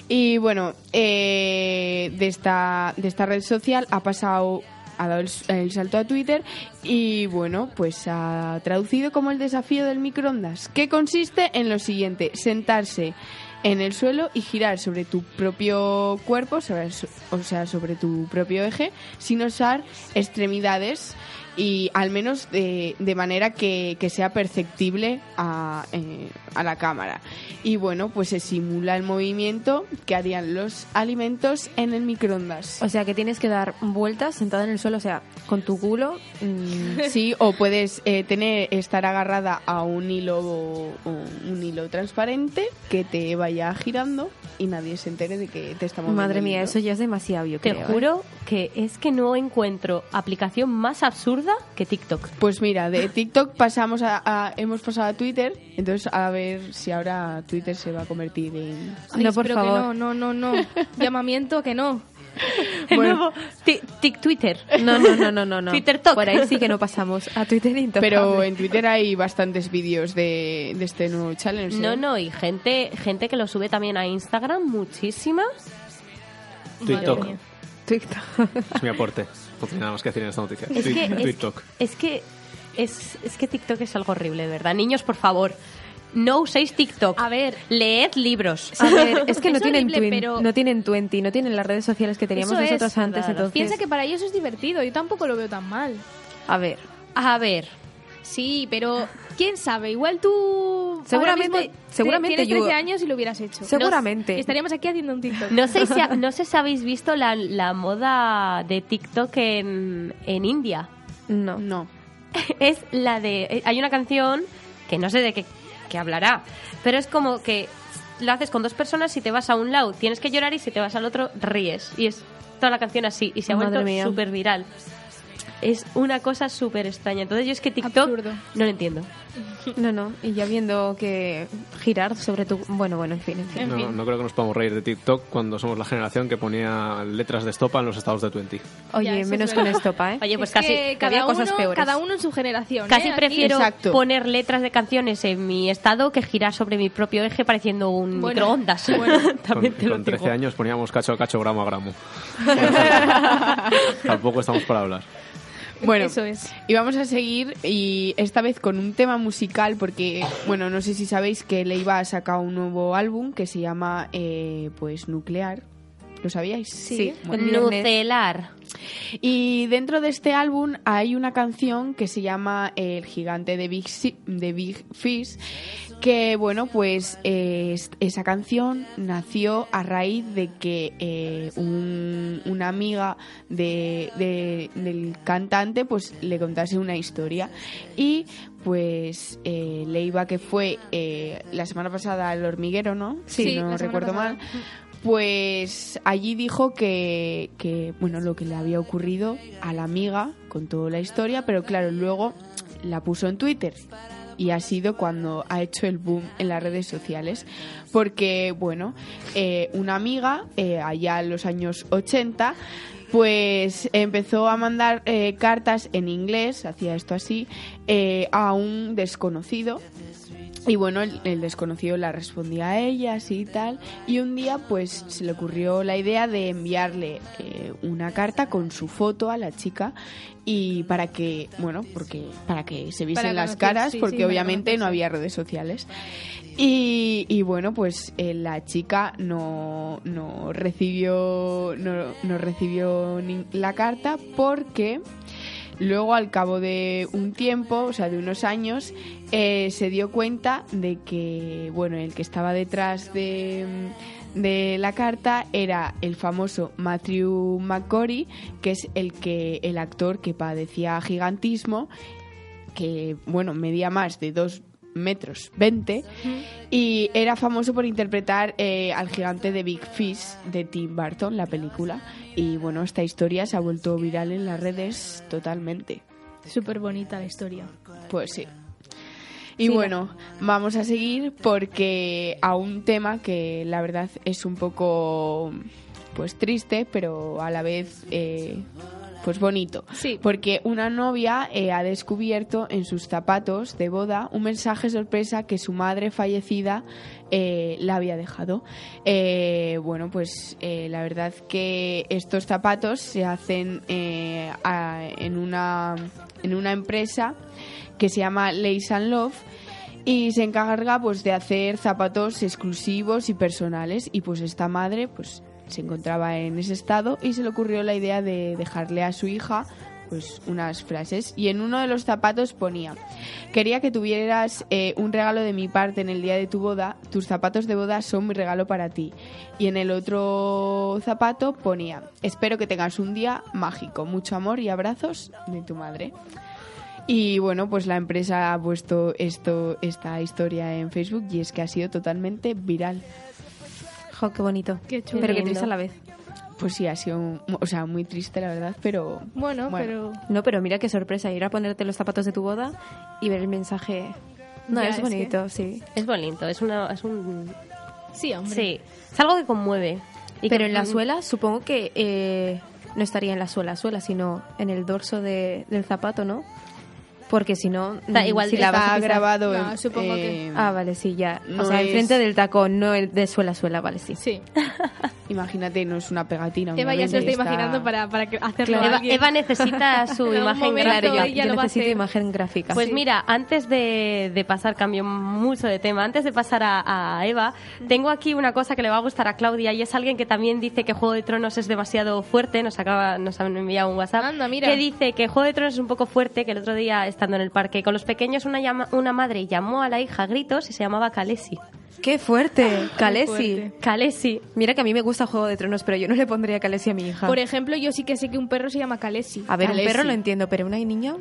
Speaker 5: Y bueno, eh, de, esta, de esta red social ha pasado, ha dado el, s- el salto a Twitter y bueno, pues ha traducido como el desafío del microondas, que consiste en lo siguiente, sentarse en el suelo y girar sobre tu propio cuerpo, sobre- o sea, sobre tu propio eje, sin usar extremidades y al menos de, de manera que, que sea perceptible a, eh, a la cámara. Y bueno, pues se simula el movimiento que harían los alimentos en el microondas.
Speaker 6: O sea, que tienes que dar vueltas sentada en el suelo, o sea, con tu culo. mm,
Speaker 5: Sí, o puedes eh, tener estar agarrada a un hilo o- o un hilo transparente que te vaya girando y nadie se entere de que te está moviendo.
Speaker 6: madre
Speaker 5: el
Speaker 6: mía,
Speaker 5: hilo.
Speaker 6: eso ya es demasiado, yo
Speaker 2: Te
Speaker 6: creo, ¿eh?
Speaker 2: juro que es que no encuentro aplicación más absurda que TikTok.
Speaker 5: Pues mira, de TikTok pasamos a, a- hemos pasado a Twitter, entonces a ver si ahora Twitter se va a convertir en
Speaker 6: No, por
Speaker 4: espero que
Speaker 6: favor.
Speaker 4: no, no, no, no. Llamamiento que no.
Speaker 2: El
Speaker 5: Bueno.
Speaker 2: nuevo Ti- Tik Twitter.
Speaker 6: No, no, no, no, no. no.
Speaker 2: Twitter Talk.
Speaker 6: Por ahí sí que no pasamos a Twitter intocable.
Speaker 5: Pero en Twitter hay bastantes vídeos de, de este nuevo challenge. ¿eh?
Speaker 2: No, no, y gente, gente que lo sube también a Instagram, muchísima.
Speaker 4: Madre
Speaker 7: TikTok.
Speaker 4: mía.
Speaker 6: TikTok.
Speaker 7: Es mi aporte. No tiene nada más que decir en esta noticia.
Speaker 2: Es
Speaker 7: Twi-
Speaker 2: que, es,
Speaker 7: TikTok.
Speaker 2: es que es, es que TikTok es algo horrible, ¿verdad? Niños, por favor, no uséis TikTok.
Speaker 4: A ver.
Speaker 2: leed libros.
Speaker 6: A ver, es que no
Speaker 4: Es
Speaker 6: tienen,
Speaker 4: horrible,
Speaker 6: Twen-
Speaker 4: pero-
Speaker 6: no tienen 20, no tienen las redes sociales que teníamos
Speaker 4: Eso es,
Speaker 6: nosotros antes,
Speaker 2: claro.
Speaker 6: entonces...
Speaker 4: Piensa que para ellos es divertido, yo tampoco lo veo tan mal.
Speaker 6: A ver,
Speaker 2: A ver,
Speaker 4: Sí, pero quién sabe, igual tú ahora
Speaker 6: Seguramente-
Speaker 4: mismo te-
Speaker 6: seguramente
Speaker 4: tienes 13
Speaker 6: yo-
Speaker 4: años y lo hubieras hecho.
Speaker 6: Seguramente.
Speaker 4: Nos- estaríamos aquí haciendo un TikTok.
Speaker 2: no sé si, no sé si habéis visto la, la moda de TikTok en, en India.
Speaker 6: no.
Speaker 5: No.
Speaker 2: es la de. eh, Hay una canción que no sé de qué, qué hablará, pero es como que lo haces con dos personas y te vas a un lado, tienes que llorar y si te vas al otro, ríes. Y es toda la canción así y se ha
Speaker 6: Madre
Speaker 2: vuelto
Speaker 6: mía.
Speaker 2: súper viral. Es una cosa súper extraña. Entonces, yo es que TikTok
Speaker 4: Absurdo.
Speaker 2: no lo entiendo.
Speaker 6: No, no, y ya viendo que girar sobre tu... Bueno, bueno, en fin, en fin.
Speaker 4: En
Speaker 7: No,
Speaker 4: fin.
Speaker 7: no creo que nos podamos reír de TikTok cuando somos la generación que ponía letras de estopa en los estados de Twenty.
Speaker 6: Oye,
Speaker 4: eso es
Speaker 6: menos con
Speaker 4: verdad.
Speaker 6: estopa, ¿eh?
Speaker 2: Oye, pues
Speaker 4: Es
Speaker 2: casi
Speaker 4: que cada
Speaker 6: había cosas
Speaker 4: uno,
Speaker 6: peores.
Speaker 4: Cada uno en su generación.
Speaker 2: casi
Speaker 4: ¿eh? Aquí-
Speaker 2: prefiero
Speaker 5: Exacto.
Speaker 2: poner letras de canciones en mi estado que girar sobre mi propio eje pareciendo un
Speaker 4: Bueno,
Speaker 2: microondas.
Speaker 7: Con,
Speaker 2: También te lo
Speaker 7: con 13
Speaker 2: digo.
Speaker 7: años poníamos cacho a cacho, gramo a gramo. Tampoco estamos para hablar.
Speaker 5: Bueno,
Speaker 4: Eso es.
Speaker 5: y vamos a seguir y esta vez con un tema musical porque, bueno, no sé si sabéis que Leiva ha sacado un nuevo álbum que se llama, eh, pues, Nuclear. ¿Lo sabíais?
Speaker 6: Sí. Bueno.
Speaker 2: Nucelar.
Speaker 5: Y dentro de este álbum hay una canción que se llama El gigante de Big, Si- de Big Fish, que bueno, pues eh, es- esa canción nació a raíz de que eh, un- una amiga de- de- del cantante pues le contase una historia y pues eh, Leiva que fue eh, la semana pasada al hormiguero, ¿no?
Speaker 4: Sí.
Speaker 5: si
Speaker 4: Sí,
Speaker 5: no
Speaker 4: la semana
Speaker 5: recuerdo
Speaker 4: pasada.
Speaker 5: mal. Pues allí dijo que, que, bueno, lo que le había ocurrido a la amiga con toda la historia, pero claro, luego la puso en Twitter. Y ha sido cuando ha hecho el boom en las redes sociales. Porque, bueno, eh, una amiga, eh, allá en los años 80, pues empezó a mandar eh, cartas en inglés, hacía esto así, eh, a un desconocido y bueno, el, el desconocido la respondía a ella, así y tal. Y un día, pues, se le ocurrió la idea de enviarle eh, una carta con su foto a la chica y para que, bueno, porque para que se viesen
Speaker 4: Para
Speaker 5: las
Speaker 4: conocer,
Speaker 5: caras,
Speaker 4: sí,
Speaker 5: porque
Speaker 4: sí, para
Speaker 5: obviamente no
Speaker 4: conocerse.
Speaker 5: había redes sociales. Y, y bueno, pues eh, la chica no, no recibió, no, no recibió ni- la carta porque Luego, al cabo de un tiempo, o sea, de unos años, eh, se dio cuenta de que, bueno, el que estaba detrás de, mm, de la carta era el famoso Matthew McCory, que es el, que, el actor que padecía gigantismo, que, bueno, medía más de dos metros 20 y era famoso por interpretar eh, al gigante de Big Fish de Tim Burton, la película. Y bueno, esta historia se ha vuelto viral en las redes totalmente.
Speaker 4: Súper bonita la historia.
Speaker 5: Pues sí. Y bueno, vamos a seguir porque a un tema que la verdad es un poco pues triste, pero a la vez eh, pues bonito.
Speaker 4: Sí.
Speaker 5: Porque una novia eh, ha descubierto en sus zapatos de boda un mensaje sorpresa que su madre fallecida eh, la había dejado. Eh, bueno, pues eh, la verdad que estos zapatos se hacen eh, a- en, una, en una empresa que se llama Lace and Love y se encarga pues de hacer zapatos exclusivos y personales y pues esta madre pues se encontraba en ese estado y se le ocurrió la idea de dejarle a su hija pues unas frases y en uno de los zapatos ponía quería que tuvieras eh, un regalo de mi parte en el día de tu boda tus zapatos de boda son mi regalo para ti y en el otro zapato ponía espero que tengas un día mágico mucho amor y abrazos de tu madre y bueno, pues la empresa ha puesto esto, esta historia en Facebook y es que ha sido totalmente viral.
Speaker 6: Jo, qué bonito.
Speaker 4: Qué chulo.
Speaker 6: Pero qué
Speaker 2: Lindo.
Speaker 6: triste a la vez.
Speaker 5: Pues sí, ha sido, un- o sea, muy triste la verdad, pero
Speaker 4: Bueno,
Speaker 5: Bueno.
Speaker 4: pero
Speaker 6: No, pero mira qué sorpresa ir a ponerte los zapatos de tu boda y ver el mensaje. No,
Speaker 4: Ya,
Speaker 6: es
Speaker 4: es
Speaker 6: bonito, sí.
Speaker 2: Es bonito, es, una, es un...
Speaker 4: sí, hombre.
Speaker 2: Sí, es algo que conmueve. Y
Speaker 6: pero
Speaker 2: que- mm,
Speaker 6: en la suela, supongo que eh, no estaría en la suela, suela, sino en el dorso de- del zapato, ¿no? Porque si no,
Speaker 2: Da
Speaker 6: mm,
Speaker 2: igual,
Speaker 6: si la vas a
Speaker 5: está
Speaker 6: pisar-
Speaker 5: grabado
Speaker 4: No,
Speaker 5: en-
Speaker 4: supongo que-
Speaker 5: eh,
Speaker 6: Ah, vale, sí, ya.
Speaker 5: No
Speaker 6: o sea,
Speaker 5: es-
Speaker 6: enfrente del tacón, no el de suela, suela, vale, sí.
Speaker 4: Sí.
Speaker 5: imagínate, no es una pegatina.
Speaker 4: Eva ya se lo está
Speaker 5: obviamente,
Speaker 4: imaginando para, para que- hacerlo a
Speaker 2: Eva,
Speaker 4: alguien.
Speaker 2: Eva necesita su
Speaker 4: En algún
Speaker 2: imagen
Speaker 4: momento
Speaker 2: grande.
Speaker 6: Claro, yo,
Speaker 4: ella
Speaker 6: yo
Speaker 4: lo va a
Speaker 6: necesito
Speaker 4: hacer.
Speaker 6: imagen gráfica.
Speaker 2: Pues mira, antes de, de pasar, cambio mucho de tema, antes de pasar a, a Eva, tengo aquí una cosa que le va a gustar a Claudia y es alguien que también dice que Juego de Tronos es demasiado fuerte, nos acaba, nos han enviado un WhatsApp,
Speaker 4: Anda, mira.
Speaker 2: que dice que Juego de Tronos es un poco fuerte, que el otro día estando en el parque con los pequeños una, llama- una madre llamó a la hija a gritos y se llamaba Kalesi.
Speaker 6: ¡Qué fuerte! Kalesi.
Speaker 4: fuerte.
Speaker 2: Kalesi.
Speaker 6: Mira que a mí me gusta Juego de Tronos, pero yo no le pondría Kalesi a mi hija.
Speaker 4: Por ejemplo, yo sí que sé que un perro se llama Kalesi.
Speaker 6: a ver,
Speaker 5: Khaleesi.
Speaker 6: un perro lo entiendo, pero una niña...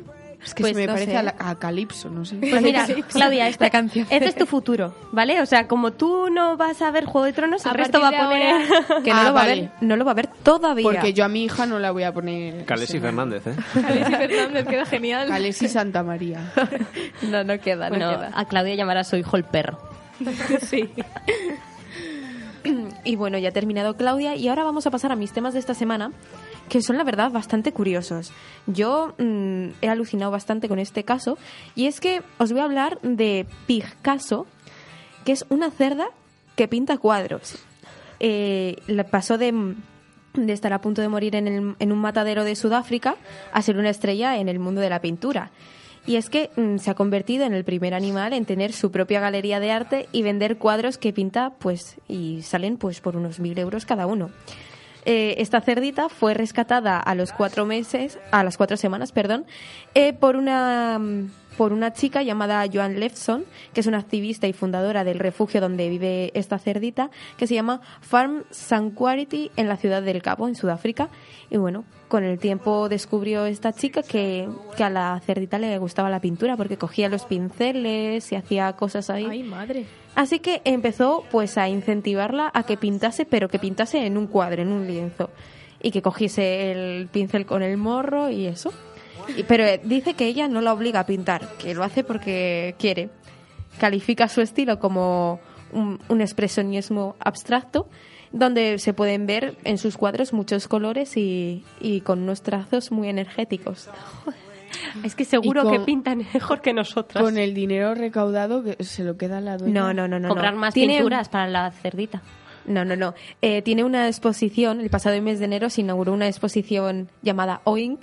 Speaker 5: Es que
Speaker 6: Pues
Speaker 5: se me
Speaker 6: no
Speaker 5: parece
Speaker 6: sé.
Speaker 5: a, la- a Calypso, no sé.
Speaker 2: Pues mira,
Speaker 6: Sí, sí.
Speaker 2: Claudia, esto,
Speaker 6: La canción.
Speaker 2: este es tu futuro, ¿vale? O sea, como tú no vas a ver Juego de Tronos, el
Speaker 4: A
Speaker 2: resto va a
Speaker 4: partir de
Speaker 2: poner...
Speaker 4: ahora-
Speaker 6: Que no,
Speaker 5: Ah,
Speaker 6: lo va
Speaker 5: vale.
Speaker 6: a ver, no lo va a ver todavía.
Speaker 5: Porque yo a mi hija no la voy a poner...
Speaker 7: Calesi Fernández, ¿eh?
Speaker 4: Kalesi Fernández, queda genial.
Speaker 5: Calesi Santa María.
Speaker 6: No, no queda, no,
Speaker 2: No,
Speaker 6: queda.
Speaker 2: a Claudia llamará su hijo el perro.
Speaker 4: Sí.
Speaker 6: Y bueno, ya ha terminado Claudia y ahora vamos a pasar a mis temas de esta semana, que son la verdad bastante curiosos. Yo mm, he alucinado bastante con este caso y es que os voy a hablar de Picasso, que es una cerda que pinta cuadros. Eh, la- pasó de, de estar a punto de morir en, el- en un matadero de Sudáfrica a ser una estrella en el mundo de la pintura. Y es que mm, se ha convertido en el primer animal en tener su propia galería de arte y vender cuadros que pinta, pues, y salen pues por unos mil euros cada uno. eh, esta cerdita fue rescatada a los cuatro meses, a las cuatro semanas, perdón, eh, por una mm, por una chica llamada Joan Lefson, que es una activista y fundadora del refugio donde vive esta cerdita, que se llama Farm Sanctuary en la ciudad del Cabo, en Sudáfrica. Y bueno, con el tiempo descubrió esta chica que, que a la cerdita le gustaba la pintura porque cogía los pinceles y hacía cosas ahí.
Speaker 4: Ay, madre.
Speaker 6: Así que empezó pues a incentivarla a que pintase, pero que pintase en un cuadro, en un lienzo. Y que cogiese el pincel con el morro y eso. Y- pero eh, dice que ella no la obliga a pintar, que lo hace porque quiere. Califica su estilo como un, un expresionismo abstracto, donde se pueden ver en sus cuadros muchos colores y, y con unos trazos muy energéticos.
Speaker 2: Es que seguro
Speaker 5: Y con-
Speaker 2: que pintan mejor que nosotras.
Speaker 5: Con el dinero recaudado que se lo queda la dueña.
Speaker 6: No, no, no, no. no.
Speaker 2: Comprar más
Speaker 6: Tiene-
Speaker 2: pinturas para la cerdita.
Speaker 6: No, no, no. Eh, tiene una exposición, el pasado mes de enero se inauguró una exposición llamada Oink,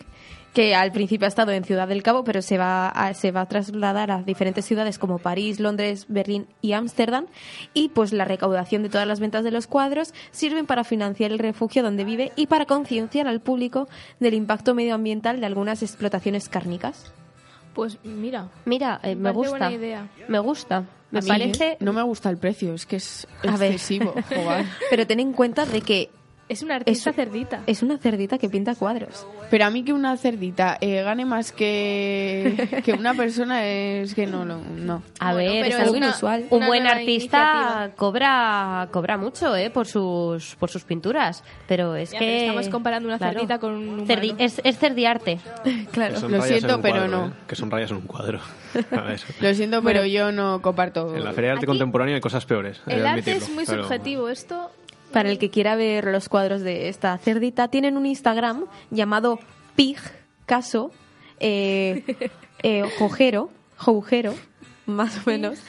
Speaker 6: que al principio ha estado en Ciudad del Cabo, pero se va a, se va a trasladar a diferentes ciudades como París, Londres, Berlín y Ámsterdam. Y pues la recaudación de todas las ventas de los cuadros sirven para financiar el refugio donde vive y para concienciar al público del impacto medioambiental de algunas explotaciones cárnicas.
Speaker 4: Pues mira,
Speaker 2: Mira, eh, me
Speaker 4: Parece
Speaker 2: gusta.
Speaker 4: buena idea.
Speaker 2: Me gusta. Me
Speaker 5: A mí
Speaker 2: parece.
Speaker 5: No me gusta el precio, es que es
Speaker 6: A ver.
Speaker 5: excesivo. joder.
Speaker 6: Pero ten en cuenta de que
Speaker 4: es una artista
Speaker 6: Eso-
Speaker 4: cerdita.
Speaker 6: es una cerdita que pinta cuadros.
Speaker 5: Pero a mí que una cerdita eh, gane más que, que una persona es que no, lo- no.
Speaker 2: A
Speaker 4: Bueno,
Speaker 2: ver,
Speaker 4: pero
Speaker 2: es
Speaker 4: es
Speaker 2: algo
Speaker 4: una-
Speaker 2: inusual.
Speaker 4: una
Speaker 2: un buen
Speaker 4: nueva
Speaker 2: artista
Speaker 4: iniciativa.
Speaker 2: cobra cobra mucho, ¿eh? Por sus por sus pinturas, pero es
Speaker 4: Ya,
Speaker 2: que
Speaker 4: pero estamos comparando una cerdita con un humano.
Speaker 2: Cerdi- eh, es, es cerdiarte.
Speaker 6: Claro.
Speaker 2: Pues
Speaker 5: Lo siento, pero
Speaker 7: cuadro,
Speaker 5: no.
Speaker 7: ¿eh? Que son rayas en un cuadro. A ver,
Speaker 5: Lo siento, pero yo no comparto.
Speaker 7: en la Feria de Arte
Speaker 4: Aquí-
Speaker 7: Contemporáneo hay cosas peores. hay que
Speaker 4: El arte es
Speaker 7: admitirlo,
Speaker 4: muy
Speaker 7: pero-
Speaker 4: subjetivo. Esto
Speaker 6: Para el que quiera ver los cuadros de esta cerdita, tienen un Instagram llamado Pig Caso eh, eh, Jojero, Joujero, más o menos.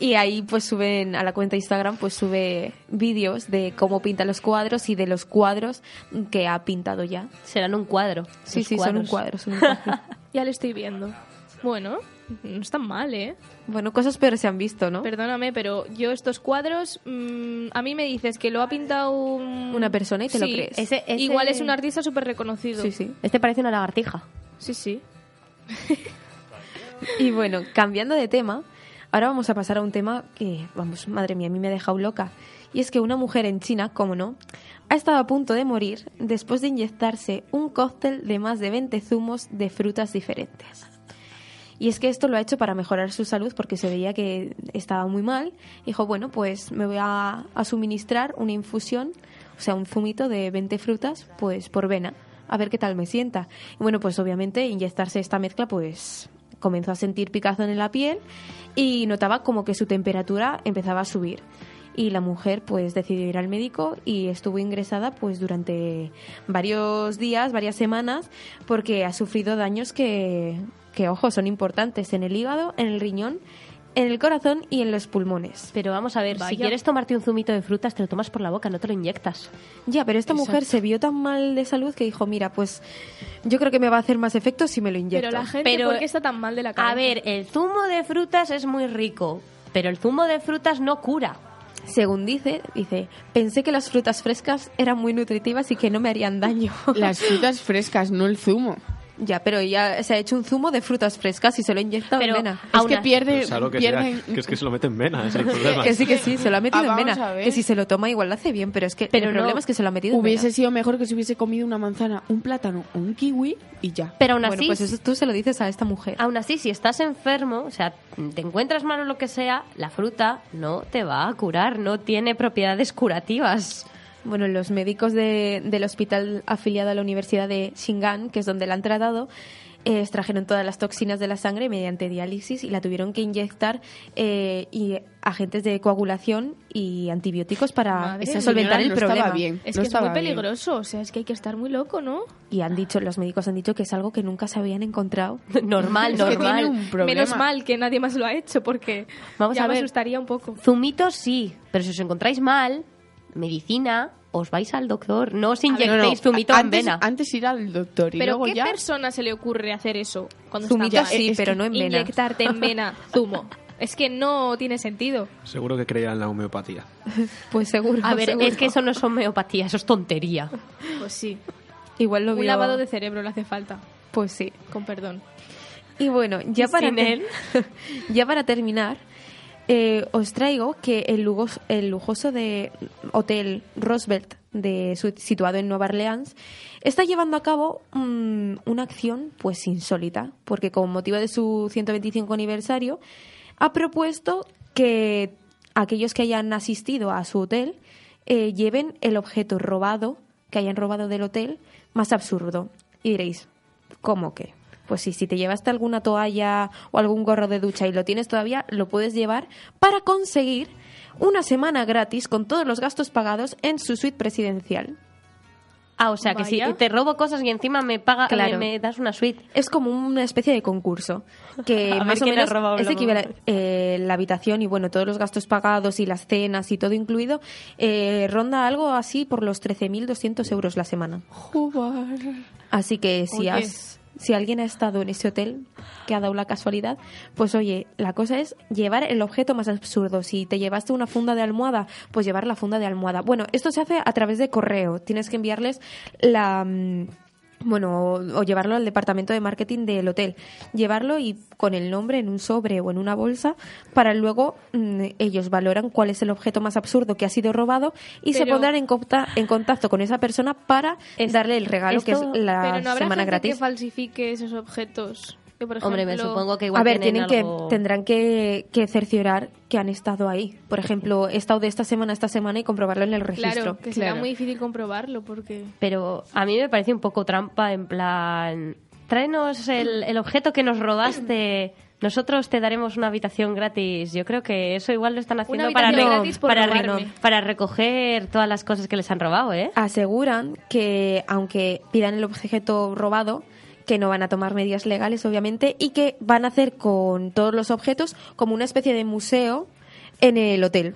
Speaker 6: Y ahí pues suben a la cuenta de Instagram, pues sube vídeos de cómo pinta los cuadros y de los cuadros que ha pintado ya.
Speaker 2: Serán un cuadro.
Speaker 6: Sí,
Speaker 2: los
Speaker 6: sí, son un
Speaker 2: cuadros.
Speaker 6: cuadro, son un cuadro.
Speaker 4: ya lo estoy viendo. Bueno, no es tan mal, ¿eh?
Speaker 6: bueno, cosas peores se han visto, ¿no?
Speaker 4: Perdóname, pero yo estos cuadros, mm, a mí me dices que lo ha pintado un-
Speaker 6: Una persona y te lo
Speaker 4: Sí.
Speaker 6: crees.
Speaker 2: Ese- ese-
Speaker 4: Igual es un artista súper reconocido.
Speaker 6: Sí, sí.
Speaker 2: Este parece una lagartija.
Speaker 4: Sí, sí.
Speaker 6: Y bueno, cambiando de tema, ahora vamos a pasar a un tema que, vamos, madre mía, a mí me ha dejado loca. Y es que una mujer en China, como no, ha estado a punto de morir después de inyectarse un cóctel de más de 20 zumos de frutas diferentes. Y es que esto lo ha hecho para mejorar su salud porque se veía que estaba muy mal. Dijo, bueno, pues me voy a, a suministrar una infusión, o sea, un zumito de 20 frutas, pues por vena, a ver qué tal me sienta. Y bueno, pues obviamente inyectarse esta mezcla, pues comenzó a sentir picazón en la piel y notaba como que su temperatura empezaba a subir. Y la mujer pues decidió ir al médico y estuvo ingresada pues durante varios días, varias semanas, porque ha sufrido daños que, que ojo, son importantes en el hígado, en el riñón, en el corazón y en los pulmones.
Speaker 2: Pero vamos a ver, si
Speaker 4: Vaya.
Speaker 2: quieres tomarte un zumito de frutas, te lo tomas por la boca, no te lo inyectas.
Speaker 6: Ya, pero esta mujer se vio tan mal de salud que dijo, mira, pues yo creo que me va a hacer más efecto si me lo inyecto.
Speaker 4: Pero la gente,
Speaker 2: Pero-
Speaker 4: ¿por qué está tan mal de la cabeza?
Speaker 2: A ver, el zumo de frutas es muy rico, pero el zumo de frutas no cura.
Speaker 6: Según dice, dice, pensé que las frutas frescas eran muy nutritivas y que no me harían daño.
Speaker 5: Las frutas frescas, no el zumo.
Speaker 6: Ya, pero ya se ha hecho un zumo de frutas frescas y se lo inyecta
Speaker 2: Pero-
Speaker 6: en vena.
Speaker 5: Es
Speaker 2: Aún
Speaker 5: que
Speaker 2: así.
Speaker 5: pierde,
Speaker 7: O sea, lo que, sea,
Speaker 5: pierden-
Speaker 7: que es que se lo meten en vena, ese es el problema.
Speaker 6: Que sí, Eh, que sí, se lo ha metido
Speaker 5: Ah,
Speaker 6: en
Speaker 5: vamos a
Speaker 6: vena.
Speaker 5: ver.
Speaker 6: Que si se lo toma igual lo hace bien, pero es que
Speaker 2: Pero
Speaker 6: el
Speaker 2: no,
Speaker 6: problema es que se lo ha metido en
Speaker 5: Hubiese
Speaker 6: vena.
Speaker 5: sido mejor que se hubiese comido una manzana, un plátano o un kiwi y ya.
Speaker 2: Pero aún
Speaker 6: bueno,
Speaker 2: así, Ah.
Speaker 6: pues eso tú se lo dices a esta mujer.
Speaker 2: Aún así, si estás enfermo, o sea, te encuentras mal o lo que sea, la fruta no te va a curar, no tiene propiedades curativas.
Speaker 6: Bueno, los médicos de- del hospital afiliado a la Universidad de Shingan, que es donde la han tratado, eh, extrajeron todas las toxinas de la sangre mediante diálisis y la tuvieron que inyectar eh, y agentes de coagulación y antibióticos para
Speaker 4: Madre
Speaker 6: eso,
Speaker 4: mía,
Speaker 6: solventar el
Speaker 5: no estaba
Speaker 6: problema.
Speaker 5: bien.
Speaker 4: Es
Speaker 5: No
Speaker 4: que es muy
Speaker 5: estaba bien.
Speaker 4: peligroso, o sea, es que hay que estar muy loco, ¿no?
Speaker 6: Y han dicho, los médicos han dicho que es algo que nunca se habían encontrado.
Speaker 2: Normal,
Speaker 5: Es que tiene
Speaker 2: normal.
Speaker 5: un problema.
Speaker 4: Menos mal que nadie más lo ha hecho porque
Speaker 2: Vamos
Speaker 4: ya
Speaker 2: a
Speaker 4: me
Speaker 2: ver.
Speaker 4: asustaría un poco.
Speaker 2: Zumito sí, pero si os encontráis mal, medicina, os vais al doctor, no os
Speaker 5: No,
Speaker 2: inyectéis
Speaker 5: no,
Speaker 2: zumito en
Speaker 5: antes,
Speaker 2: vena.
Speaker 5: Antes ir al doctor y
Speaker 4: Pero
Speaker 5: luego
Speaker 4: ¿qué
Speaker 5: ya.
Speaker 4: persona se le ocurre hacer eso cuando
Speaker 6: Zumito
Speaker 4: está mal?
Speaker 6: sí,
Speaker 5: es
Speaker 6: pero
Speaker 5: que
Speaker 6: no en vena.
Speaker 4: Inyectarte en vena zumo. Es que no tiene sentido.
Speaker 7: Seguro que creía en la homeopatía.
Speaker 6: Pues seguro.
Speaker 2: A ver,
Speaker 6: seguro.
Speaker 2: es que eso no es homeopatía, eso es tontería.
Speaker 4: Pues sí.
Speaker 6: Igual lo
Speaker 4: Un
Speaker 6: vio-
Speaker 4: lavado de cerebro le hace falta,
Speaker 6: Pues sí.
Speaker 4: con perdón.
Speaker 6: Y bueno, ya
Speaker 4: Y
Speaker 6: para,
Speaker 4: sin
Speaker 6: ter-
Speaker 4: él.
Speaker 6: ya para terminar, eh, os traigo que el, lugos- el lujoso de Hotel Roosevelt, de, su- situado en Nueva Orleans, está llevando a cabo mm, una acción pues insólita, porque con motivo de su 125 aniversario, ha propuesto que aquellos que hayan asistido a su hotel eh, lleven el objeto robado, que hayan robado del hotel, más absurdo. Y diréis, ¿cómo que? Pues sí, si te llevaste alguna toalla o algún gorro de ducha y lo tienes todavía, lo puedes llevar para conseguir una semana gratis con todos los gastos pagados en su suite presidencial.
Speaker 2: Ah, o sea, que si
Speaker 4: Vaya.
Speaker 2: te robo cosas y encima me paga, me-
Speaker 6: Claro.
Speaker 2: me, das una suite.
Speaker 6: Es como una especie de concurso que
Speaker 2: A ver
Speaker 6: más o
Speaker 2: quién ha
Speaker 6: menos
Speaker 2: robado
Speaker 6: es
Speaker 2: la
Speaker 6: equivalente eh, la habitación y bueno todos los gastos pagados y las cenas y todo incluido eh, ronda algo así por los 13.200 euros la semana.
Speaker 5: Jugar.
Speaker 6: Así que si
Speaker 4: Oye.
Speaker 6: has- si alguien ha estado en ese hotel que ha dado la casualidad, pues oye, la cosa es llevar el objeto más absurdo. Si te llevaste una funda de almohada, pues llevar la funda de almohada. Bueno, esto se hace a través de correo. Tienes que enviarles la mm, bueno, o, o llevarlo al departamento de marketing del hotel. Llevarlo y con el nombre en un sobre o en una bolsa para luego mm, ellos valoran cuál es el objeto más absurdo que ha sido robado y se
Speaker 4: Pero-
Speaker 6: pondrán en, copta- en contacto con esa persona para
Speaker 2: Es-
Speaker 6: darle el regalo que es
Speaker 2: esto-
Speaker 6: la
Speaker 4: Pero no habrá
Speaker 6: semana
Speaker 4: gente
Speaker 6: gratis.
Speaker 4: que falsifique esos objetos. Que, por
Speaker 2: Hombre, me
Speaker 4: ejemplo,
Speaker 2: supongo que igual
Speaker 6: A ver,
Speaker 2: tienen
Speaker 6: tienen
Speaker 2: algo-
Speaker 6: que, tendrán que, que cerciorar que han estado ahí. Por ejemplo, he estado de esta semana a esta semana y comprobarlo en el registro.
Speaker 4: Claro, que será
Speaker 5: claro.
Speaker 4: muy difícil comprobarlo porque...
Speaker 2: Pero a mí me parece un poco trampa, en plan, tráenos el, el objeto que nos robaste. Nosotros te daremos una habitación gratis. Yo creo que eso igual lo están haciendo para,
Speaker 4: habitación
Speaker 2: re-
Speaker 4: gratis por
Speaker 2: para, re-
Speaker 4: robarme.
Speaker 2: para recoger todas las cosas que les han robado, ¿eh?
Speaker 6: Ah, Aseguran que, aunque pidan el objeto robado, que no van a tomar medidas legales, obviamente, y que van a hacer con todos los objetos como una especie de museo en el hotel.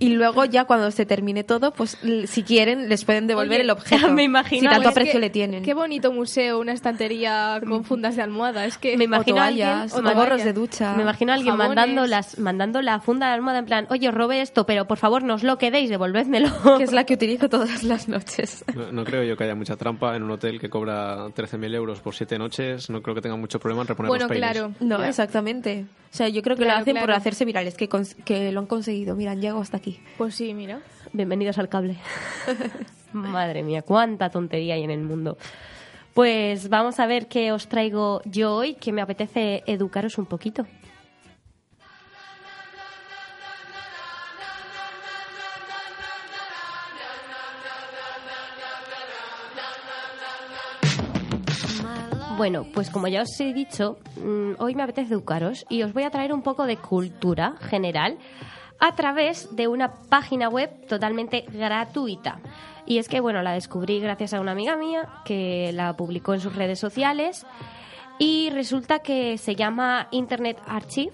Speaker 6: Y luego ya cuando se termine todo, pues l- si quieren les pueden devolver
Speaker 4: Oye,
Speaker 6: el objeto.
Speaker 2: me imagino,
Speaker 6: Si
Speaker 4: No,
Speaker 6: tanto
Speaker 4: es que-
Speaker 6: aprecio le tienen.
Speaker 4: Qué bonito museo, una estantería con fundas de almohada. Es que
Speaker 2: Me
Speaker 6: o
Speaker 2: imagino a alguien-
Speaker 6: toallas,
Speaker 2: o
Speaker 6: o
Speaker 2: toallas.
Speaker 6: gorros de ducha.
Speaker 2: Me imagino a alguien
Speaker 4: Jabones.
Speaker 2: mandando, las, mandando la funda de la almohada en plan, oye, os robé esto, pero por favor no os lo quedéis, devolvédmelo.
Speaker 6: que es la que utilizo todas las noches.
Speaker 7: No, no creo yo que haya mucha trampa en un hotel que cobra 13.000 euros por siete noches. No creo que tenga mucho problema en reponer
Speaker 4: Bueno,
Speaker 7: los peines.
Speaker 4: claro.
Speaker 6: No, exactamente. O sea, yo creo que
Speaker 4: Claro,
Speaker 6: lo hacen por
Speaker 4: claro.
Speaker 6: hacerse virales, que, cons- que lo han conseguido. Mira, han llegado hasta aquí.
Speaker 4: Pues sí, mira.
Speaker 2: Bienvenidos al cable. Madre mía, cuánta tontería hay en el mundo. Pues vamos a ver qué os traigo yo hoy, que me apetece educaros un poquito. Bueno, pues como ya os he dicho, mm, hoy me apetece educaros y os voy a traer un poco de cultura general a través de una página web totalmente gratuita. Y es que, bueno, la descubrí gracias a una amiga mía que la publicó en sus redes sociales y resulta que se llama Internet Archive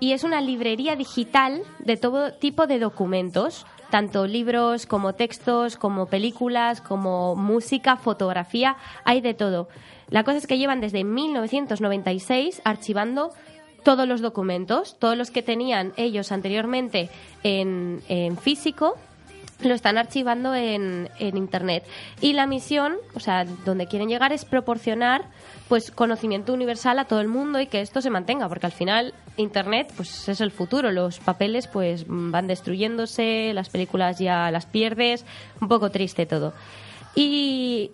Speaker 2: y es una librería digital de todo tipo de documentos, tanto libros como textos, como películas, como música, fotografía, hay de todo. La cosa es que llevan desde 1996 archivando todos los documentos, todos los que tenían ellos anteriormente en, en físico, lo están archivando en, en internet y la misión o sea donde quieren llegar es proporcionar pues conocimiento universal a todo el mundo y que esto se mantenga porque al final internet pues es el futuro los papeles pues mm, van destruyéndose las películas ya las pierdes un poco triste todo y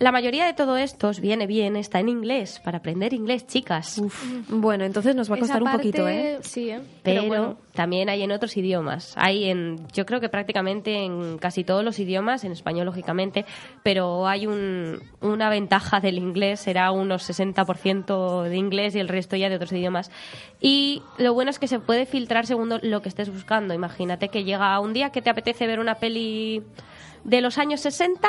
Speaker 2: la mayoría de todo esto os viene bien está en inglés para aprender inglés chicas
Speaker 6: Bueno, entonces nos va a costar
Speaker 4: Esa
Speaker 6: un poquito,
Speaker 4: parte-
Speaker 6: ¿eh?
Speaker 4: Sí, ¿eh?
Speaker 2: pero,
Speaker 4: bueno,
Speaker 2: también hay en otros idiomas. Hay en, yo creo que prácticamente en casi todos los idiomas, en español lógicamente, pero hay un- una ventaja del inglés, será unos 60% de inglés y el resto ya de otros idiomas. Y lo bueno es que se puede filtrar según lo que estés buscando. Imagínate que llega un día que te apetece ver una peli de los años 60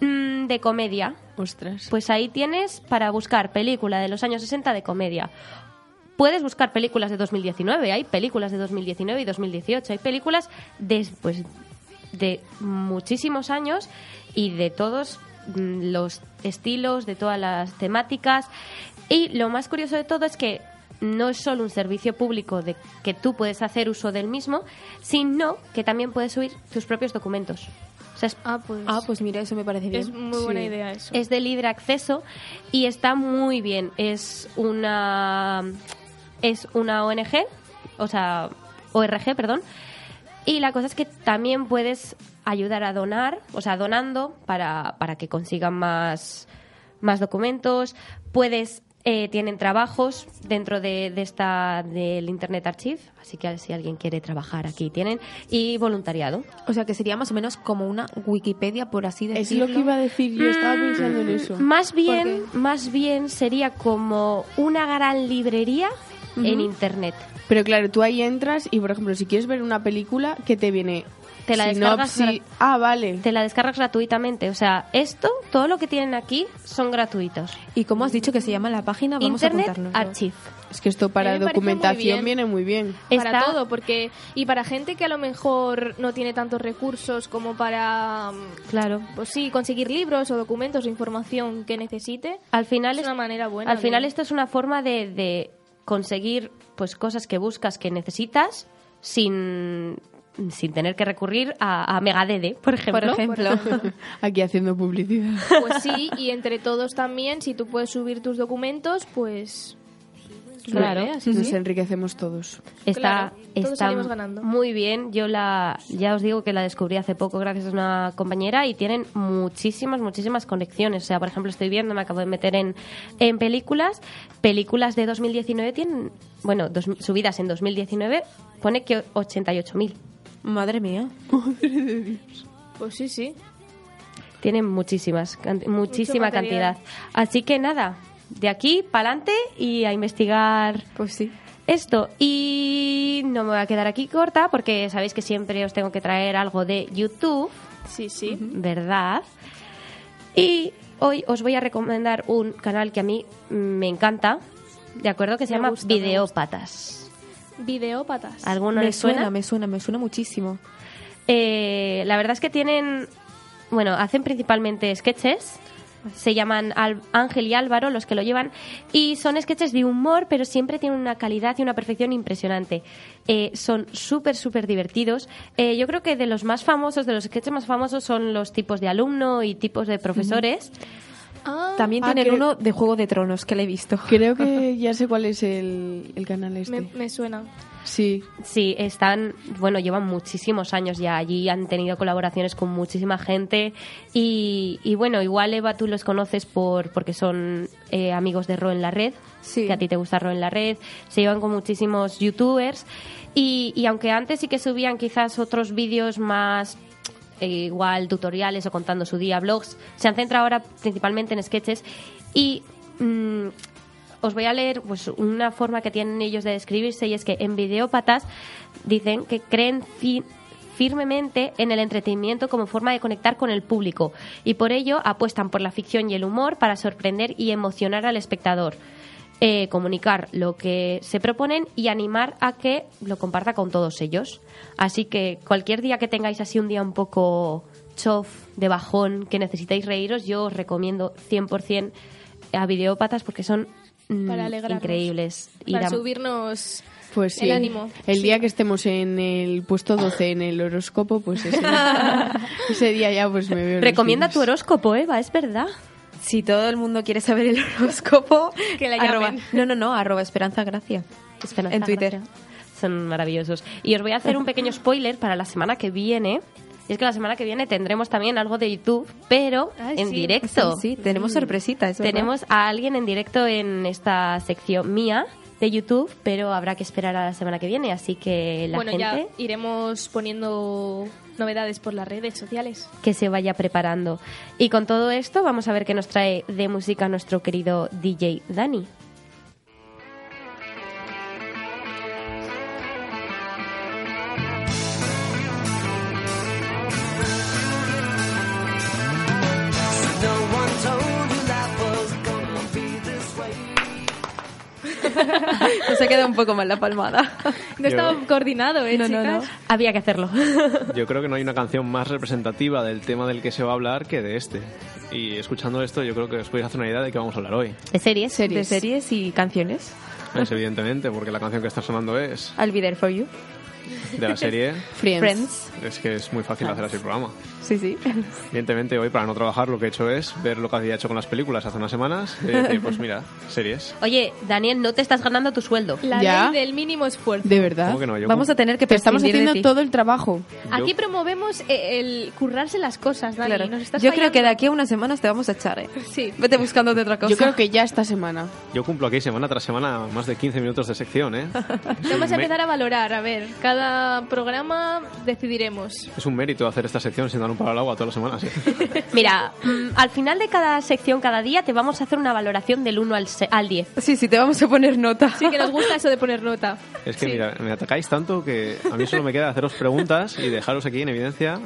Speaker 2: mm, de comedia.
Speaker 5: Ostras.
Speaker 2: Pues ahí tienes para buscar película de los años 60 de comedia. Puedes buscar películas de 2019, hay películas de 2019 y 2018, hay películas después de muchísimos años y de todos mm, los estilos, de todas las temáticas. Y lo más curioso de todo es que no es solo un servicio público de que tú puedes hacer uso del mismo, sino que también puedes subir tus propios documentos. O sea, es
Speaker 4: Ah, pues,
Speaker 6: Ah, pues mira, eso me parece bien.
Speaker 4: es muy buena
Speaker 6: Sí.
Speaker 4: idea eso.
Speaker 2: es de libre acceso y está muy bien. Es una es una ONG, o sea, ORG, perdón. Y la cosa es que también puedes ayudar a donar, o sea, donando para, para que consigan más, más documentos. Puedes, eh, tienen trabajos dentro de, de esta, del Internet Archive, así que si alguien quiere trabajar aquí tienen. Y voluntariado.
Speaker 6: O sea, que sería más o menos como una Wikipedia, por así
Speaker 5: Es
Speaker 6: decirlo.
Speaker 5: lo que iba a decir, yo estaba pensando en
Speaker 2: Mm,
Speaker 5: eso.
Speaker 2: Más bien,
Speaker 5: Porque-
Speaker 2: más bien sería como una gran librería en internet.
Speaker 5: Pero claro, tú ahí entras y, por ejemplo, si quieres ver una película, ¿qué te viene?
Speaker 2: Te la descargas
Speaker 5: Sinopsis-
Speaker 2: gra-
Speaker 5: Ah, vale.
Speaker 2: Te la descargas gratuitamente. O sea, esto, todo lo que tienen aquí son gratuitos.
Speaker 6: ¿Y cómo has dicho que se llama la página? Ah, Vamos a
Speaker 2: internet
Speaker 6: apuntárnoslo.
Speaker 2: Archive.
Speaker 5: Es que esto para
Speaker 4: A mí me parece muy
Speaker 5: documentación
Speaker 4: bien.
Speaker 5: viene muy bien.
Speaker 4: para
Speaker 2: Está-
Speaker 4: todo porque y para gente que a lo mejor no tiene tantos recursos como para mm,
Speaker 2: Claro.
Speaker 4: pues sí conseguir libros o documentos o información que necesite
Speaker 2: Al final
Speaker 4: Es
Speaker 2: es
Speaker 4: una manera buena
Speaker 2: Al
Speaker 4: de-
Speaker 2: final esto es una forma de, de conseguir pues cosas que buscas, que necesitas, sin, sin tener que recurrir a, a Megadede, por ejemplo.
Speaker 6: Por ejemplo.
Speaker 5: Aquí haciendo publicidad.
Speaker 4: pues sí y entre todos también si tú puedes subir tus documentos pues
Speaker 2: Claro.
Speaker 5: Nos enriquecemos todos.
Speaker 2: Está,
Speaker 4: Claro, todos
Speaker 2: está
Speaker 4: salimos ganando.
Speaker 2: muy bien. Yo la, ya os digo que la descubrí hace poco gracias a una compañera y tienen muchísimas, muchísimas conexiones. O sea, por ejemplo, estoy viendo, me acabo de meter en, en películas. Películas de 2019 tienen, bueno, dos- subidas en 2019, pone que 88.000.
Speaker 6: Madre mía.
Speaker 4: pues sí sí
Speaker 2: Tienen muchísimas, canti- muchísima
Speaker 4: material.
Speaker 2: cantidad. Así que nada, de aquí para adelante y a investigar
Speaker 6: Pues sí.
Speaker 2: esto. Y no me voy a quedar aquí corta porque sabéis que siempre os tengo que traer algo de YouTube,
Speaker 4: sí sí
Speaker 2: ¿verdad? Y hoy os voy a recomendar un canal que a mí me encanta, ¿de acuerdo? Que se
Speaker 4: Me
Speaker 2: llama
Speaker 4: gusta, me
Speaker 2: Videópatas.
Speaker 4: videópatas
Speaker 2: ¿Alguno
Speaker 6: Me
Speaker 2: les suena?
Speaker 6: suena, me suena, me suena muchísimo.
Speaker 2: Eh, la verdad es que tienen, bueno, hacen principalmente sketches. Se llaman Al- Ángel y Álvaro los que lo llevan y son sketches de humor, pero siempre tienen una calidad y una perfección impresionante. Eh, son súper, súper divertidos. Eh, yo creo que de los más famosos, de los sketches más famosos, son los tipos de alumno y tipos de profesores.
Speaker 4: Ah,
Speaker 6: También
Speaker 5: Ah,
Speaker 6: tienen
Speaker 5: creo-
Speaker 6: uno de Juego de Tronos que le he visto.
Speaker 5: Creo que ya sé cuál es el, el canal este.
Speaker 4: me, me suena
Speaker 5: Sí.
Speaker 2: Sí, están, bueno, llevan muchísimos años ya allí, han tenido colaboraciones con muchísima gente y, y bueno, igual Eva tú los conoces por porque son eh, amigos de Ro en la red,
Speaker 6: Sí.
Speaker 2: que a ti te gusta Ro en la red, se llevan con muchísimos youtubers y, y aunque antes sí que subían quizás otros vídeos más eh, igual tutoriales o contando su día, blogs, se han centrado ahora principalmente en sketches y mm, os voy a leer pues una forma que tienen ellos de describirse y es que en videópatas dicen que creen fi- firmemente en el entretenimiento como forma de conectar con el público y por ello apuestan por la ficción y el humor para sorprender y emocionar al espectador. Eh, comunicar lo que se proponen y animar a que lo comparta con todos ellos. Así que cualquier día que tengáis así un día un poco chof, de bajón, que necesitáis reíros, yo os recomiendo 100% eh, a videópatas porque son mm,
Speaker 4: Para alegrarnos.
Speaker 2: increíbles. Y
Speaker 4: para
Speaker 2: dan-
Speaker 4: subirnos
Speaker 5: Pues sí.
Speaker 4: El ánimo.
Speaker 5: El día que estemos en el puesto 12 en el horóscopo, pues ese, ese día ya pues me veo. los
Speaker 2: Recomienda tu
Speaker 5: vídeos.
Speaker 2: horóscopo, Eva, es verdad.
Speaker 6: Si todo el mundo quiere saber el horóscopo,
Speaker 4: Que la
Speaker 6: arroba,
Speaker 4: llamen.
Speaker 6: no, no, no, arroba Esperanza Gracia.
Speaker 2: Esperanza
Speaker 6: en Twitter.
Speaker 2: Gracia. Son maravillosos. Y os voy a hacer un pequeño spoiler para la semana que viene. Y es que la semana que viene tendremos también algo de YouTube, pero
Speaker 4: Ay,
Speaker 2: en
Speaker 4: sí.
Speaker 2: directo.
Speaker 6: Sí, sí, tenemos sorpresita, es verdad.
Speaker 2: Tenemos a alguien en directo en esta sección mía de YouTube, pero habrá que esperar a la semana que viene, así que la
Speaker 4: bueno ya
Speaker 2: gente
Speaker 4: iremos poniendo novedades por las redes sociales
Speaker 2: que se vaya preparando. Y con todo esto vamos a ver qué nos trae de música nuestro querido DJ Dani.
Speaker 6: Nos ha quedado un poco mal la palmada.
Speaker 4: no estaba coordinado eh
Speaker 6: No, no, no.
Speaker 4: chicas?
Speaker 2: Había que hacerlo.
Speaker 7: Yo creo que no hay una canción más representativa del tema del que se va a hablar que de este. Y escuchando esto, yo creo que os podéis hacer una idea de qué vamos a hablar hoy.
Speaker 2: ¿De series?
Speaker 6: De series y canciones.
Speaker 7: Es evidentemente, porque la canción que está sonando es
Speaker 6: I'll be there for you.
Speaker 7: de la serie.
Speaker 5: Friends.
Speaker 6: Friends.
Speaker 7: Es que es muy fácil hacer así el programa.
Speaker 6: Sí, sí.
Speaker 7: Evidentemente, hoy para no trabajar lo que he hecho es ver lo que había hecho con las películas hace unas semanas y decir, pues mira, series.
Speaker 2: Oye, Daniel, no te estás ganando tu sueldo.
Speaker 4: La
Speaker 5: Ya.
Speaker 4: ley del mínimo esfuerzo.
Speaker 5: De verdad.
Speaker 7: ¿Cómo que no? Yo
Speaker 6: Vamos a tener que
Speaker 5: Te estamos
Speaker 6: prescindir de
Speaker 5: haciendo
Speaker 6: ti.
Speaker 5: todo el trabajo.
Speaker 7: yo-
Speaker 4: Aquí promovemos eh, el currarse las cosas, Dani.
Speaker 6: Claro.
Speaker 4: Nos estás
Speaker 6: Yo creo que de
Speaker 4: fallando.
Speaker 6: aquí a unas semanas te vamos a echar, ¿eh?
Speaker 4: Sí.
Speaker 6: Vete buscándote otra cosa.
Speaker 5: Yo creo que ya esta semana.
Speaker 7: Yo cumplo aquí semana tras semana más de 15 minutos de sección, ¿eh? Es un
Speaker 4: Vamos a
Speaker 7: mé-
Speaker 4: empezar a valorar, a ver, cada programa decidiremos.
Speaker 7: Es un mérito hacer esta sección sin dar un palo al agua todas las semanas. ¿eh?
Speaker 2: Mira, mm, al final de cada sección, cada día, te vamos a hacer una valoración del 1 al, se- al 10.
Speaker 6: Sí, sí, te vamos a poner nota.
Speaker 4: Sí que nos gusta eso de poner nota.
Speaker 7: Es que
Speaker 4: Sí.
Speaker 7: mira, me atacáis tanto que a mí solo me queda haceros preguntas y dejaros aquí en evidencia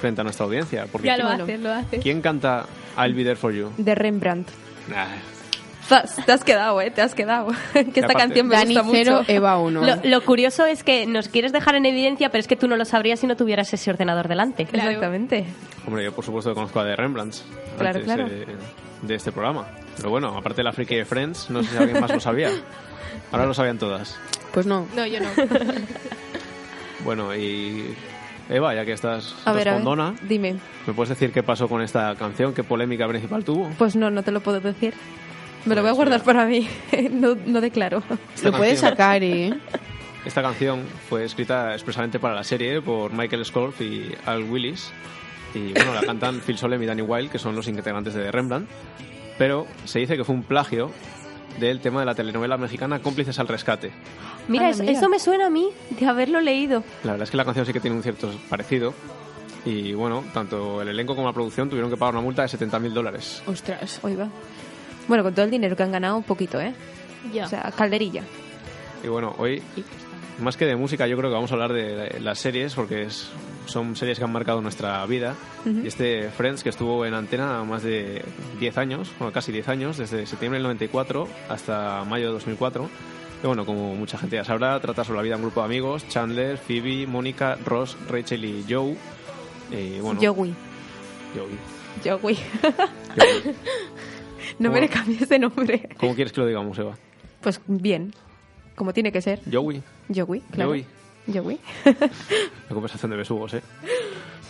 Speaker 7: frente a nuestra audiencia. Porque
Speaker 4: Ya lo
Speaker 6: Bueno.
Speaker 4: haces, lo haces.
Speaker 7: ¿Quién canta I'll be there for you?
Speaker 6: De Rembrandt.
Speaker 7: Nah,
Speaker 6: Zas, Te has quedado, ¿eh? Te has quedado. que esta
Speaker 7: aparte-
Speaker 6: canción me
Speaker 5: Dani
Speaker 6: gusta mucho.
Speaker 5: 0, Eva 1.
Speaker 2: Lo, lo curioso es que nos quieres dejar en evidencia, pero es que tú no lo sabrías si no tuvieras ese ordenador delante.
Speaker 4: Claro.
Speaker 6: Exactamente.
Speaker 7: Hombre, yo por supuesto que conozco a The Rembrandts.
Speaker 6: Claro, claro.
Speaker 7: eh, de este programa. Pero bueno, aparte de la friki de Friends, no sé si alguien más lo sabía. Ahora lo sabían todas.
Speaker 5: Pues no.
Speaker 4: No, yo no.
Speaker 7: Bueno, y Eva, ya que estás
Speaker 6: A ver, a
Speaker 7: respondona,
Speaker 6: ver. Dime.
Speaker 7: ¿me puedes decir qué pasó con esta canción? ¿Qué polémica principal tuvo?
Speaker 6: Pues no, no te lo puedo decir. Me lo voy a
Speaker 7: Pues,
Speaker 6: guardar
Speaker 7: mira.
Speaker 6: para mí. No, no declaro.
Speaker 7: Esta
Speaker 5: Pues Lo puedes
Speaker 7: canción-
Speaker 5: sacar, ¿eh?
Speaker 7: Esta canción fue escrita expresamente para la serie por Michael Scorf y Al Willis. Y bueno, la cantan Phil Solem y Danny Wilde, que son los integrantes de Rembrandt. Pero se dice que fue un plagio del tema de la telenovela mexicana Cómplices al Rescate.
Speaker 2: Mira,
Speaker 6: Anda,
Speaker 2: es-
Speaker 6: mira.
Speaker 2: eso me suena a mí de haberlo leído.
Speaker 7: La verdad es que la canción sí que tiene un cierto parecido. Y bueno, tanto el elenco como la producción tuvieron que pagar una multa de 70.000 dólares.
Speaker 5: Ostras.
Speaker 6: Hoy va. Bueno, con todo el dinero que han ganado, un poquito, ¿eh?
Speaker 4: Ya.
Speaker 6: O sea, calderilla.
Speaker 7: Y bueno, hoy, más que de música, yo creo que vamos a hablar de las series, porque es- son series que han marcado nuestra vida. Y este Friends, que estuvo en antena más de 10 años, bueno, casi 10 años, desde septiembre del 94 hasta mayo de 2004. Y bueno, como mucha gente ya sabrá, trata sobre la vida de un grupo de amigos, Chandler, Phoebe, Mónica, Ross, Rachel y Joe. Y bueno,
Speaker 6: Joey.
Speaker 7: Joey.
Speaker 6: Joey.
Speaker 7: Joey.
Speaker 6: no me le
Speaker 7: Bueno.
Speaker 6: cambies de nombre.
Speaker 7: ¿Cómo quieres que lo digamos, Eva?
Speaker 6: Pues bien. Como tiene que ser.
Speaker 7: Joey.
Speaker 6: Joey, claro.
Speaker 7: Joey.
Speaker 6: Joey.
Speaker 7: La conversación de besugos, ¿eh?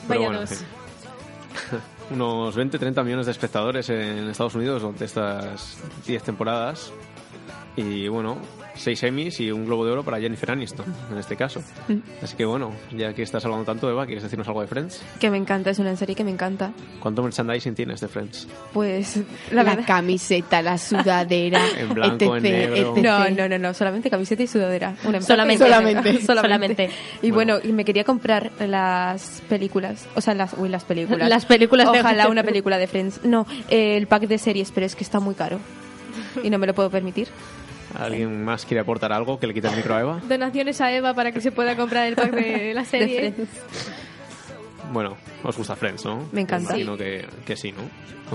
Speaker 4: Vaya
Speaker 7: en
Speaker 4: dos.
Speaker 7: fin. Unos 20-30 millones de espectadores en Estados Unidos durante estas 10 temporadas. Y bueno, 6 Emmys y un Globo de Oro para Jennifer Aniston, en este caso.
Speaker 2: Mm.
Speaker 7: Así que bueno, ya que estás hablando tanto, Eva, ¿quieres decirnos algo de Friends?
Speaker 6: Que me encanta, es una serie que me encanta.
Speaker 7: ¿Cuánto merchandising tienes de Friends?
Speaker 6: Pues la
Speaker 5: La,
Speaker 6: verdad.
Speaker 5: camiseta, la sudadera.
Speaker 7: En blanco, en
Speaker 5: etc,
Speaker 7: negro.
Speaker 5: etc.
Speaker 6: No, no, no, no, solamente camiseta y sudadera. Una en
Speaker 2: Solamente.
Speaker 6: blanco y
Speaker 5: Solamente.
Speaker 6: negro. solamente.
Speaker 2: Solamente.
Speaker 6: Y bueno. y me quería comprar las películas, o sea, las, uy, las películas.
Speaker 2: Las películas de-
Speaker 6: Ojalá una película de Friends. No, eh, el pack de series, pero es que está muy caro. Y no me lo puedo permitir.
Speaker 7: ¿Alguien más quiere aportar algo que le quite el micro a Eva?
Speaker 4: Donaciones a Eva para que se pueda comprar el pack de la
Speaker 6: De
Speaker 4: serie.
Speaker 6: Friends.
Speaker 7: Bueno, os gusta Friends, ¿no?
Speaker 6: Me encanta.
Speaker 7: Imagino que, que sí, ¿no?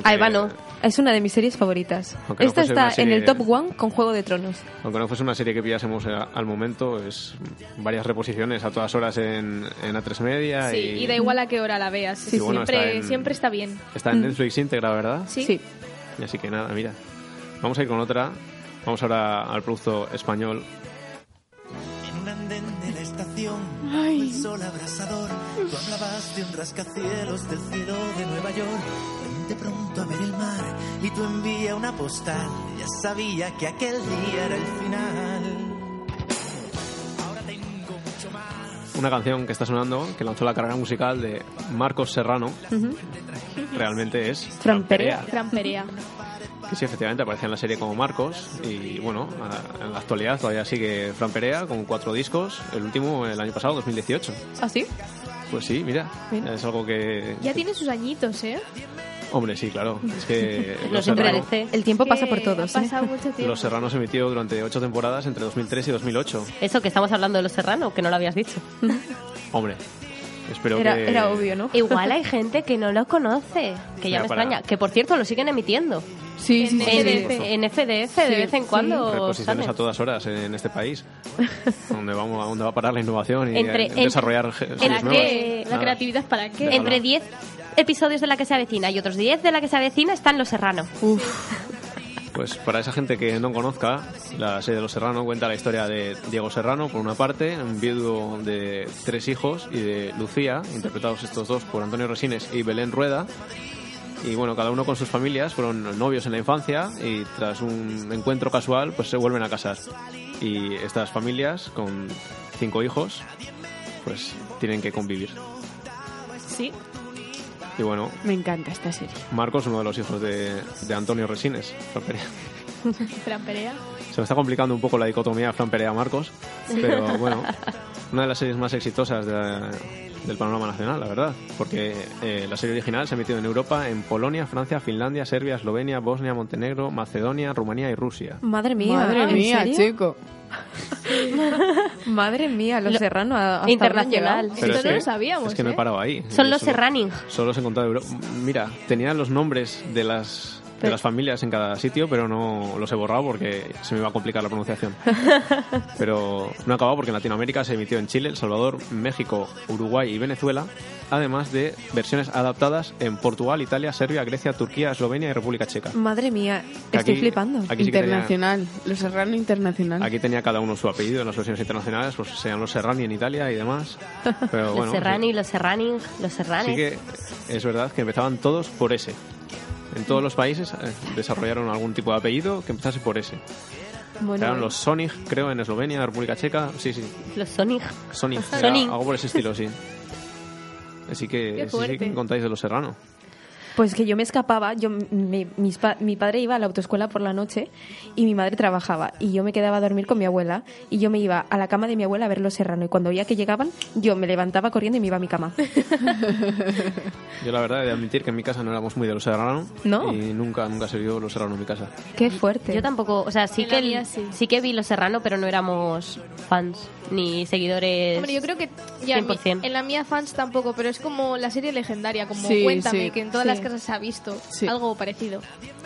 Speaker 2: A Eva no.
Speaker 6: Es una de mis series favoritas.
Speaker 7: Aunque no
Speaker 6: Esta
Speaker 7: fuese una
Speaker 6: está en el
Speaker 7: serie-
Speaker 6: top one con Juego de Tronos.
Speaker 7: Aunque no fuese una serie que pillásemos a- al momento, es varias reposiciones a todas horas en, en A3 Media.
Speaker 4: Sí,
Speaker 7: y,
Speaker 4: y da igual a qué hora la veas.
Speaker 7: Sí, bueno,
Speaker 4: siempre,
Speaker 7: está en-
Speaker 4: siempre está bien.
Speaker 7: Está en Netflix íntegra, ¿verdad?
Speaker 4: Mm. Sí.
Speaker 7: Y así que nada, mira. Vamos a ir con otra. Vamos ahora al producto español.
Speaker 8: En un andén de la estación, bajo el sol abrasador, tú hablabas de un rascacielos del cielo de Nueva York. Vente pronto a ver el mar y tú envía una postal. Ya sabía que aquel día era el final. Ahora tengo mucho más.
Speaker 7: Una canción que está sonando, que lanzó la carrera musical de Marcos Serrano. Realmente es...
Speaker 6: Fran Perea.
Speaker 4: Fran Perea.
Speaker 7: Que sí, efectivamente aparece en la serie como Marcos. Y bueno, a- en la actualidad todavía sigue Fran Perea con cuatro discos. El último el año pasado, 2018.
Speaker 6: ¿Ah, sí?
Speaker 7: Pues sí, mira, es algo que...
Speaker 4: Ya tiene sus añitos, ¿eh?
Speaker 7: Hombre, sí, claro. Es que Los
Speaker 2: Nos
Speaker 7: Serrano,
Speaker 2: entristece.
Speaker 6: El tiempo
Speaker 4: Que
Speaker 6: pasa por todos.
Speaker 4: Ha
Speaker 6: ¿eh?
Speaker 4: pasado mucho tiempo.
Speaker 7: Los Serrano se emitió durante ocho temporadas entre 2003 y 2008.
Speaker 2: Eso que estamos hablando de los serrano, que no lo habías dicho.
Speaker 7: Hombre, espero
Speaker 6: Era,
Speaker 7: que...
Speaker 6: era obvio, ¿no?
Speaker 2: Igual hay gente que no lo conoce, que ya
Speaker 7: Mira,
Speaker 2: me
Speaker 7: para-
Speaker 2: extraña. Que por cierto lo siguen emitiendo.
Speaker 5: Sí, sí, sí,
Speaker 2: en,
Speaker 5: sí.
Speaker 4: FDF.
Speaker 2: en FDF de vez en cuando.
Speaker 7: Reposiciones
Speaker 2: salen.
Speaker 7: a todas horas en este país, donde, vamos, a dónde va a parar la innovación y
Speaker 2: Entre-
Speaker 7: eh,
Speaker 2: en-
Speaker 7: desarrollar ge- series
Speaker 4: ¿Para
Speaker 7: nuevas.
Speaker 4: qué? ¿La
Speaker 7: Nada.
Speaker 4: creatividad para qué?
Speaker 7: Déjala.
Speaker 2: Entre 10 episodios de la que se avecina y otros 10 de la que se avecina están los serrano.
Speaker 7: Pues para esa gente que no conozca, la serie de Los Serrano cuenta la historia de Diego Serrano, por una parte, un viudo de tres hijos, y de Lucía, interpretados estos dos por Antonio Resines y Belén Rueda. Y bueno, cada uno con sus familias, fueron novios en la infancia y tras un encuentro casual, pues se vuelven a casar. Y estas familias, con cinco hijos, pues tienen que convivir.
Speaker 6: Sí.
Speaker 7: Y bueno,
Speaker 5: Me encanta esta serie.
Speaker 7: Marcos, uno de los hijos de, de Antonio Resines, Fran Perea.
Speaker 4: Fran Perea.
Speaker 7: Se me está complicando un poco la dicotomía Fran Perea-Marcos, pero bueno, una de las series más exitosas de- del panorama nacional, la verdad, porque eh, la serie original se ha emitido en Europa, en Polonia, Francia, Finlandia, Serbia, Eslovenia, Bosnia, Montenegro, Macedonia, Rumanía y Rusia.
Speaker 6: Madre mía.
Speaker 5: Madre
Speaker 6: ¿en
Speaker 5: mía,
Speaker 6: serio?
Speaker 5: chico.
Speaker 6: Madre mía, los serranos serrano.
Speaker 2: Internacional.
Speaker 7: Pero
Speaker 4: Esto
Speaker 7: es
Speaker 4: no
Speaker 7: que-
Speaker 4: lo sabíamos,
Speaker 7: Es que no he
Speaker 4: ¿eh?
Speaker 7: parado ahí.
Speaker 2: Son los
Speaker 7: Solo-
Speaker 2: Serraning.
Speaker 7: Solo se encontraba Europa. Mira, tenían los nombres de las, de las familias en cada sitio, pero no los he borrado porque se me va a complicar la pronunciación. pero no ha acabado porque en Latinoamérica se emitió en Chile, El Salvador, México, Uruguay y Venezuela, además de versiones adaptadas en Portugal, Italia, Serbia, Grecia, Turquía, Eslovenia y República Checa.
Speaker 6: Madre mía,
Speaker 7: Que
Speaker 6: Mm, estoy
Speaker 7: aquí-
Speaker 6: flipando.
Speaker 7: Aquí sí que tenía-
Speaker 5: internacional. Los Serrano Internacional.
Speaker 7: Aquí tenía cada uno su apellido en las versiones internacionales, pues sean los Serrani en Italia y demás. Pero
Speaker 2: Los
Speaker 7: bueno,
Speaker 2: Serrani, los Serrani, los Serranes.
Speaker 7: Así que es verdad que empezaban todos por S. En todos los países eh, desarrollaron algún tipo de apellido que empezase por S.
Speaker 6: Bueno,
Speaker 7: Eran los Sonic, creo, en Eslovenia, República Checa. Sí, sí,
Speaker 2: Los Sonic.
Speaker 7: Sonic. era
Speaker 2: Sonic.
Speaker 7: Algo por ese estilo, sí. Así que
Speaker 4: Qué
Speaker 7: sí, sí
Speaker 4: fuerte.
Speaker 7: que encontráis de los Serrano.
Speaker 6: Pues que yo me escapaba, yo mi, mis pa- mi padre iba a la autoescuela por la noche y mi madre trabajaba y yo me quedaba a dormir con mi abuela y yo me iba a la cama de mi abuela a ver los serrano y cuando veía que llegaban yo me levantaba corriendo y me iba a mi cama.
Speaker 7: Yo la verdad he de admitir que en mi casa no éramos muy de los Serrano.
Speaker 6: No.
Speaker 7: Y nunca, nunca se vio los Serrano en mi casa.
Speaker 6: Qué fuerte.
Speaker 2: Yo tampoco, o sea, sí
Speaker 4: En la
Speaker 2: que,
Speaker 4: mía sí.
Speaker 2: sí que vi Los Serrano, pero no éramos fans ni seguidores.
Speaker 4: Hombre, yo creo que ya en, mi-
Speaker 2: 100%.
Speaker 4: en la mía fans tampoco, pero es como la serie legendaria, como
Speaker 5: Sí,
Speaker 4: Cuéntame,
Speaker 5: sí,
Speaker 4: que en todas
Speaker 5: sí.
Speaker 4: las casas se ha visto
Speaker 5: Sí.
Speaker 4: algo parecido.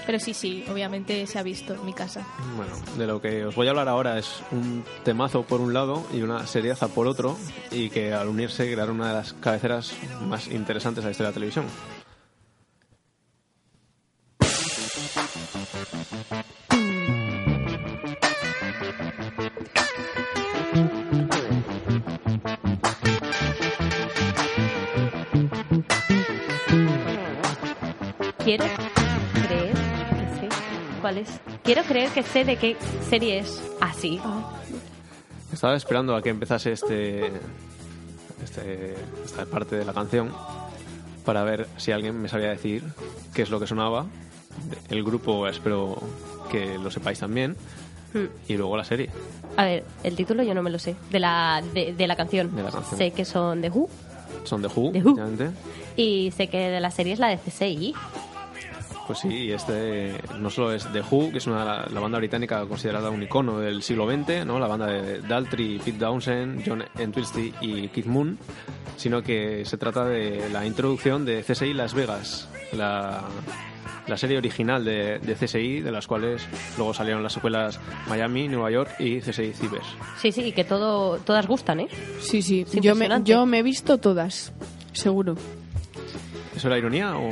Speaker 4: Pero sí, sí, obviamente se ha visto en mi casa.
Speaker 7: Bueno, de lo que os voy a hablar ahora es un temazo por un lado y una serieza por otro, y que al unirse crearon una de las cabeceras más interesantes de la historia de la televisión.
Speaker 2: Quiero creer que sé cuál es. Quiero creer que sé de qué serie es. Ah, Así.
Speaker 7: Estaba esperando a que empezase este, este- esta parte de la canción para ver si alguien me sabía decir qué es lo que sonaba. El grupo espero que lo sepáis también. Y luego la serie.
Speaker 2: A ver, el título yo no me lo sé. De la, de, de la canción.
Speaker 7: De la canción.
Speaker 2: Sé que son de Who.
Speaker 7: Son de Who,
Speaker 2: De Who.
Speaker 7: obviamente.
Speaker 2: Y sé que de la serie es la de CSI.
Speaker 7: Pues sí, y este no solo es The Who, que es una, la, banda británica considerada un icono del siglo XX, ¿no? la banda de Daltrey, Pete Townsend, John Entwistle y Keith Moon, sino que se trata de la introducción de CSI Las Vegas, la, la serie original de, de CSI, de las cuales luego salieron las secuelas Miami, Nueva York y CSI Cibers.
Speaker 2: Sí, sí, y que todo, todas gustan, ¿eh?
Speaker 5: Sí, sí.
Speaker 2: Es
Speaker 5: Yo me,
Speaker 2: impresionante.
Speaker 5: yo me he visto todas. Seguro.
Speaker 7: ¿Eso era ironía o...?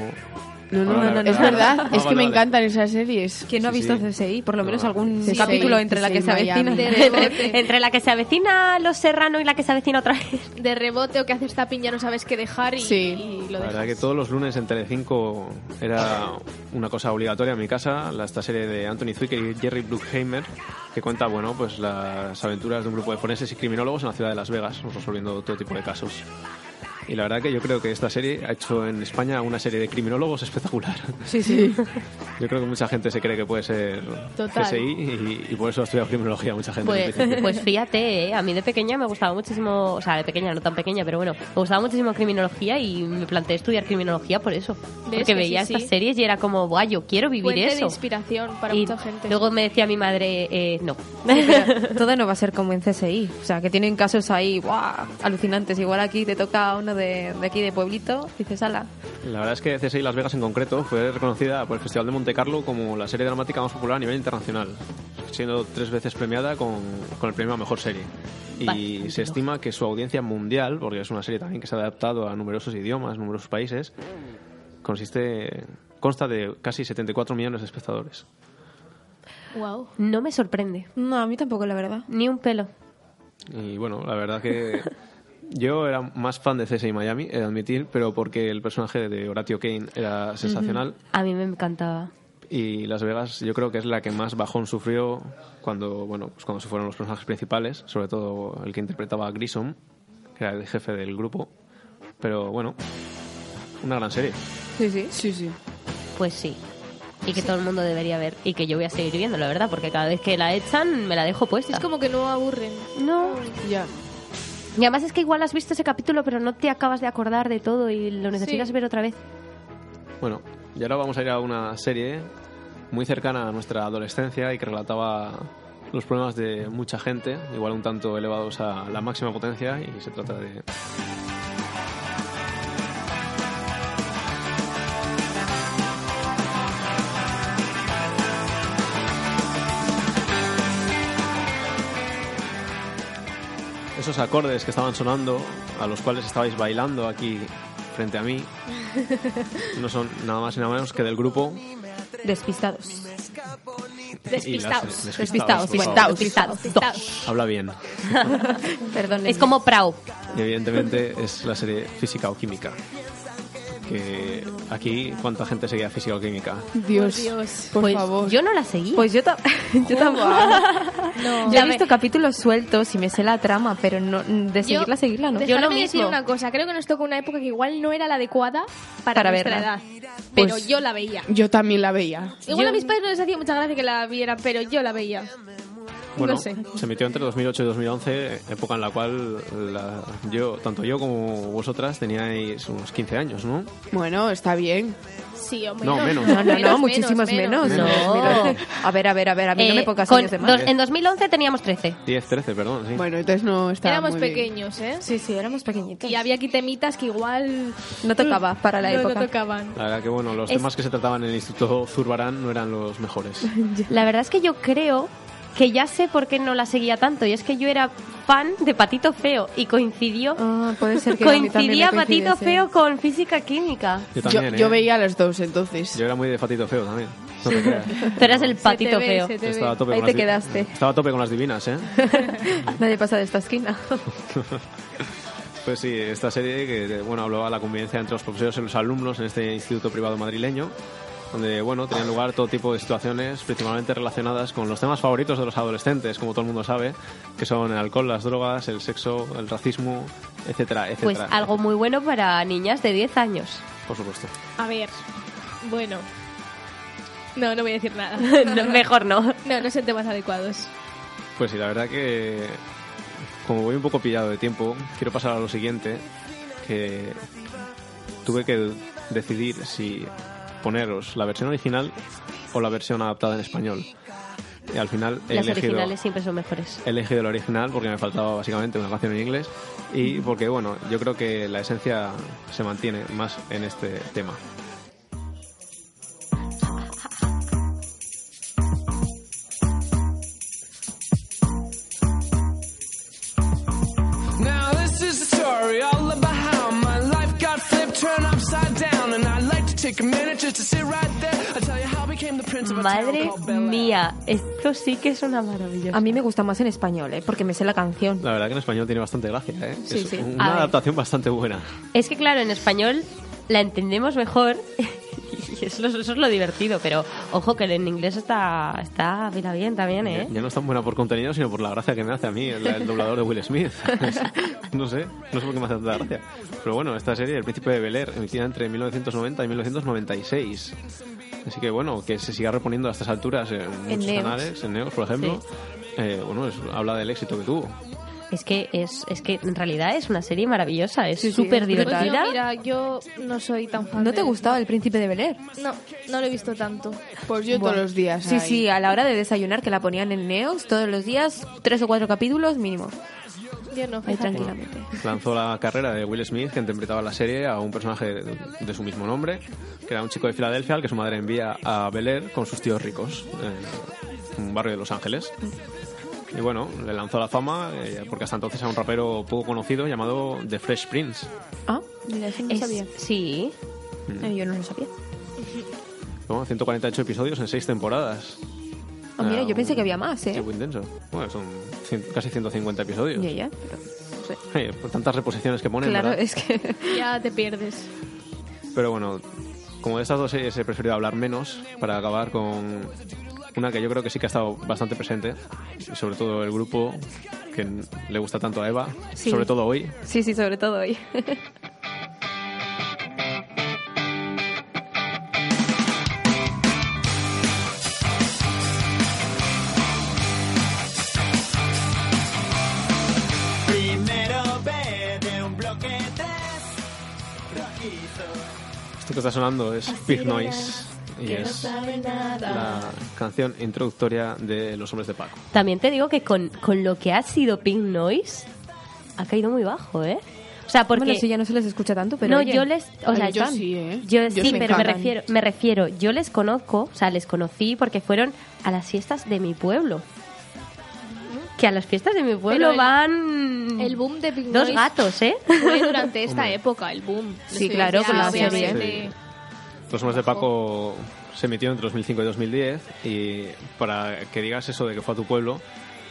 Speaker 5: No, no,
Speaker 7: Ah,
Speaker 5: no,
Speaker 7: vale,
Speaker 5: no,
Speaker 7: vale,
Speaker 5: Es
Speaker 7: vale.
Speaker 5: verdad.
Speaker 7: Ah,
Speaker 5: es que
Speaker 7: vale,
Speaker 5: me
Speaker 7: vale.
Speaker 5: encantan esas series.
Speaker 6: ¿Quién no ha
Speaker 7: Sí,
Speaker 6: visto
Speaker 7: sí.
Speaker 6: CSI? Por lo
Speaker 7: No,
Speaker 6: menos
Speaker 7: no.
Speaker 6: algún
Speaker 5: CSI,
Speaker 6: capítulo entre la que se
Speaker 5: CSI Miami.
Speaker 6: avecina.
Speaker 4: De
Speaker 2: entre,
Speaker 4: rebote,
Speaker 2: entre la que se avecina Los Serrano y la que se avecina otra vez.
Speaker 4: de rebote o que haces esta piña no sabes qué dejar y,
Speaker 5: Sí.
Speaker 4: y lo
Speaker 7: La verdad que
Speaker 4: dejas.
Speaker 7: todos los lunes en Telecinco era una cosa obligatoria en mi casa, la- esta serie de Anthony Zwicker y Jerry Bruckheimer, que cuenta, bueno, pues las aventuras de un grupo de forenses y criminólogos en la ciudad de Las Vegas, resolviendo todo tipo de casos. Y la verdad que yo creo que esta serie ha hecho en España una serie de criminólogos espectacular.
Speaker 5: Sí, sí.
Speaker 7: Yo creo que mucha gente se cree que puede ser
Speaker 4: Total.
Speaker 7: CSI y, y por eso ha estudiado criminología mucha gente. en
Speaker 2: Pues,
Speaker 7: principio.
Speaker 2: pues fíjate, ¿eh? a mí de pequeña me gustaba muchísimo, o sea, de pequeña, no tan pequeña, pero bueno, me gustaba muchísimo criminología y me planteé estudiar criminología por eso. Porque
Speaker 4: que
Speaker 2: veía
Speaker 4: sí,
Speaker 2: estas
Speaker 4: sí?
Speaker 2: series y era como, guau, yo quiero vivir
Speaker 4: Fuente de
Speaker 2: eso.
Speaker 4: inspiración para
Speaker 2: y
Speaker 4: mucha gente.
Speaker 2: luego me decía mi madre, eh, no.
Speaker 6: Todo no va a ser como en CSI. O sea, que tienen casos ahí ¡guau! alucinantes. Igual aquí te toca uno de, de aquí de pueblito, dices, ala.
Speaker 7: La verdad es que CSI Las Vegas en concreto fue reconocida por el Festival de Monte Carlo como la serie dramática más popular a nivel internacional, siendo tres veces premiada con, con el premio a Mejor Serie. Y
Speaker 2: Bastante
Speaker 7: se estima que su audiencia mundial, porque es una serie también que se ha adaptado a numerosos idiomas, numerosos países, consiste consta de casi 74 millones de espectadores.
Speaker 4: Wow.
Speaker 2: No me sorprende.
Speaker 6: No, a mí tampoco, la verdad.
Speaker 2: Ni un pelo.
Speaker 7: Y bueno, la verdad que yo era más fan de CSI Miami, he de admitir, pero porque el personaje de Horatio Kane era sensacional
Speaker 2: A mí me encantaba.
Speaker 7: y Las Vegas yo creo que es la que más bajón sufrió cuando, bueno, pues cuando se fueron los personajes principales, sobre todo el que interpretaba a Grissom, que era el jefe del grupo. Pero bueno, una gran serie.
Speaker 5: Sí, sí. Sí, sí.
Speaker 2: Pues sí. Y que todo el mundo debería ver. Y que yo voy a seguir viendo, la verdad, porque cada vez que la echan me la dejo puesta.
Speaker 4: Es como que no aburren.
Speaker 2: No.
Speaker 5: Ya.
Speaker 2: Y además es que igual has visto ese capítulo, pero no te acabas de acordar de todo y lo necesitas
Speaker 4: Sí.
Speaker 2: ver otra vez.
Speaker 7: Bueno, y ahora vamos a ir a una serie muy cercana a nuestra adolescencia y que relataba los problemas de mucha gente, igual un tanto elevados a la máxima potencia, y se trata de esos acordes que estaban sonando, a los cuales estabais bailando aquí frente a mí, no son nada más y nada menos que del grupo
Speaker 6: Despistados.
Speaker 4: Despistaos.
Speaker 7: Y las-
Speaker 2: Despistaos,
Speaker 7: por
Speaker 2: bueno,
Speaker 7: favor.
Speaker 2: despistados.
Speaker 7: Habla bien.
Speaker 6: Perdón.
Speaker 2: Es como Prao.
Speaker 7: Y evidentemente es la serie física o química. Que aquí, ¿cuánta gente seguía física o química?
Speaker 5: Dios. Por
Speaker 2: Pues
Speaker 5: favor.
Speaker 2: yo no la seguí.
Speaker 6: Pues yo, ta- yo tampoco.
Speaker 4: No.
Speaker 6: Yo
Speaker 2: Ya
Speaker 6: he
Speaker 2: me-
Speaker 6: visto capítulos sueltos y me sé la trama, pero no, de seguirla, seguirla no.
Speaker 4: Yo
Speaker 2: lo
Speaker 4: decir
Speaker 2: mismo.
Speaker 4: una cosa. Creo que nos tocó una época que igual no era la adecuada para,
Speaker 6: Para
Speaker 4: nuestra
Speaker 6: verla.
Speaker 4: edad. Pero
Speaker 5: Pues-
Speaker 4: yo la veía.
Speaker 5: Yo también la veía.
Speaker 4: Igual a mis padres no les hacía mucha gracia que la viera, pero yo la veía.
Speaker 7: Bueno,
Speaker 4: No sé.
Speaker 7: se emitió entre 2008 y 2011, época en la cual la- yo, tanto yo como vosotras teníais unos 15 años, ¿no?
Speaker 5: Bueno, está bien.
Speaker 4: Sí, hombre.
Speaker 7: No, menos.
Speaker 6: No, no, no, muchísimos menos.
Speaker 7: menos.
Speaker 6: No. A ver, a ver, a ver, a mí no
Speaker 2: Eh,
Speaker 6: me pongas
Speaker 2: con
Speaker 6: años de más.
Speaker 2: dos- en 2011 teníamos 13.
Speaker 7: 10, 13, perdón, sí.
Speaker 5: Bueno, entonces no está
Speaker 4: Éramos
Speaker 5: muy bien.
Speaker 4: pequeños, ¿eh?
Speaker 6: Sí, sí, éramos pequeñitos.
Speaker 4: Y había aquí temitas que igual
Speaker 6: No tocaba para la
Speaker 4: no, no
Speaker 6: época.
Speaker 4: tocaban.
Speaker 7: La verdad que, bueno, los
Speaker 2: Es-
Speaker 7: temas que se trataban en el Instituto Zurbarán no eran los mejores.
Speaker 2: La verdad es que yo creo que ya sé por qué no la seguía tanto. Y es que yo era fan de Patito Feo y coincidió.
Speaker 6: Ah, puede ser que a mí también me
Speaker 2: coincidía Patito
Speaker 6: coincidiese.
Speaker 2: Feo con física química.
Speaker 7: Yo
Speaker 5: Yo,
Speaker 7: también,
Speaker 5: yo
Speaker 7: ¿eh?
Speaker 5: veía a los dos, entonces.
Speaker 7: Yo era muy de Fatito Feo también. No te creas.
Speaker 2: Tú eras el Patito
Speaker 4: ve,
Speaker 2: Feo.
Speaker 4: se te-
Speaker 7: Estaba a tope
Speaker 6: Ahí
Speaker 7: con
Speaker 6: te
Speaker 7: las di-
Speaker 6: quedaste.
Speaker 7: Estaba a tope con las divinas, ¿eh?
Speaker 6: Nadie pasa de esta esquina.
Speaker 7: Pues sí, esta serie que bueno, hablaba de la convivencia entre los profesores y los alumnos en este instituto privado madrileño, donde bueno, tenían lugar todo tipo de situaciones, principalmente relacionadas con los temas favoritos de los adolescentes, como todo el mundo sabe, que son el alcohol, las drogas, el sexo, el racismo, etcétera,
Speaker 2: Pues
Speaker 7: etcétera.
Speaker 2: algo muy bueno para niñas de 10 años.
Speaker 7: Por supuesto.
Speaker 4: A ver. Bueno. No, no voy a decir nada.
Speaker 2: No, mejor no.
Speaker 4: No, no son temas adecuados.
Speaker 7: Pues sí, la verdad que como voy un poco pillado de tiempo, quiero pasar a lo siguiente, que tuve que decidir si poneros la versión original o la versión adaptada en español. Y al final he
Speaker 2: Las
Speaker 7: elegido
Speaker 2: originales siempre son mejores.
Speaker 7: he elegido el original porque me faltaba básicamente una canción en inglés y porque bueno, yo creo que la esencia se mantiene más en este tema.
Speaker 3: Now this is a story all about how my life got flipped, turned upside down, and I'd like to take a minute just to sit right there. I tell you how I became the prince of a town
Speaker 2: Madre
Speaker 3: called Bel Air.
Speaker 2: mía, esto sí que es una maravilla.
Speaker 6: A mí me gusta más en español, ¿eh? porque me sé la canción.
Speaker 7: La verdad que en español tiene bastante gracia, ¿eh?
Speaker 6: Sí,
Speaker 7: es
Speaker 6: sí.
Speaker 2: A
Speaker 7: una
Speaker 2: ver.
Speaker 7: adaptación bastante buena.
Speaker 2: Es que claro, en español la entendemos mejor y eso, eso es lo divertido, pero ojo que en inglés está, está mira, bien también, ¿eh?
Speaker 7: Ya, ya no es tan buena por contenido, sino por la gracia que me hace a mí el, el doblador de Will Smith. no sé, no sé por qué me hace tanta gracia. Pero bueno, esta serie, El Príncipe de Bel Air, emitida entre 1990 y 1996. Así que bueno, que se siga reponiendo a estas alturas en, muchos
Speaker 6: Neos.
Speaker 7: canales, en Neos, por ejemplo. Eh, bueno, es- habla del éxito que tuvo.
Speaker 2: Es que es, es que en realidad es una serie maravillosa, es
Speaker 6: Sí, sí,
Speaker 2: súper
Speaker 6: es
Speaker 4: Pues
Speaker 6: brutal.
Speaker 2: divertida.
Speaker 4: yo, mira, yo no soy tan fan.
Speaker 6: ¿No te
Speaker 4: de-
Speaker 6: gustaba El Príncipe de Bel Air?
Speaker 4: No, no lo he visto tanto.
Speaker 5: Pues yo
Speaker 6: Buah.
Speaker 5: todos los días.
Speaker 6: Sí,
Speaker 5: ahí.
Speaker 6: sí, a la hora de desayunar que la ponían en Neox todos los días, tres o cuatro capítulos mínimo.
Speaker 4: Yo no.
Speaker 6: Ahí
Speaker 4: fíjate.
Speaker 6: tranquilamente.
Speaker 7: Lanzó la carrera de Will Smith, que interpretaba la serie a un personaje de, de su mismo nombre, que era un chico de Filadelfia al que su madre envía a Bel Air con sus tíos ricos, en un barrio de Los Ángeles. Y bueno, le lanzó a la fama eh, porque hasta entonces era un rapero poco conocido llamado The Fresh Prince.
Speaker 6: Ah, mira, eso no
Speaker 2: Es-
Speaker 6: sabía.
Speaker 2: sí,
Speaker 6: Eh, Ah, Yo no lo sabía.
Speaker 7: Bueno, 148 episodios en 6 temporadas.
Speaker 6: Ah, mira, yo
Speaker 7: un-
Speaker 6: pensé que había más,
Speaker 7: Sí,
Speaker 6: ¿eh?
Speaker 7: muy intenso. Bueno, son cien- casi 150 episodios.
Speaker 6: Ya, ya, pero no sé.
Speaker 7: Eh, por tantas reposiciones que ponen,
Speaker 6: Claro,
Speaker 7: ¿verdad?
Speaker 6: es que...
Speaker 4: Ya te pierdes.
Speaker 7: Pero bueno, como de estas dos series he preferido hablar menos para acabar con una que yo creo que sí que ha estado bastante presente. Y sobre todo el grupo que n- le gusta tanto a Eva.
Speaker 6: Sí.
Speaker 7: Sobre todo hoy.
Speaker 6: Sí, sí, sobre todo hoy.
Speaker 8: Primero B de un bloque 3, rojizo.
Speaker 7: Esto que está sonando es Big Noise. Y es la canción introductoria de Los Hombres de Paco.
Speaker 2: También te digo que con, con lo que ha sido Pink Noise, ha caído muy bajo, ¿eh? O sea, porque...
Speaker 6: Bueno, sí, ya no se les escucha tanto, pero
Speaker 2: no,
Speaker 6: oye,
Speaker 2: yo les... O sea,
Speaker 6: ahí
Speaker 5: yo
Speaker 6: están.
Speaker 5: sí, ¿eh?
Speaker 2: Yo,
Speaker 6: Yo
Speaker 2: sí,
Speaker 6: me
Speaker 2: pero me
Speaker 6: encantan.
Speaker 2: refiero, me refiero, yo les conozco, o sea, les conocí porque fueron a las fiestas de mi pueblo. Que a las fiestas de mi pueblo
Speaker 4: el-
Speaker 2: van
Speaker 4: El boom de Pink
Speaker 2: dos
Speaker 4: Noise
Speaker 2: gatos, ¿eh?
Speaker 4: Fue durante esta época, el boom.
Speaker 6: Sí, claro, con la serie.
Speaker 4: obviamente.
Speaker 7: Los Hombres de Paco se emitió entre 2005 y 2010 y para que digas eso de que fue a tu pueblo,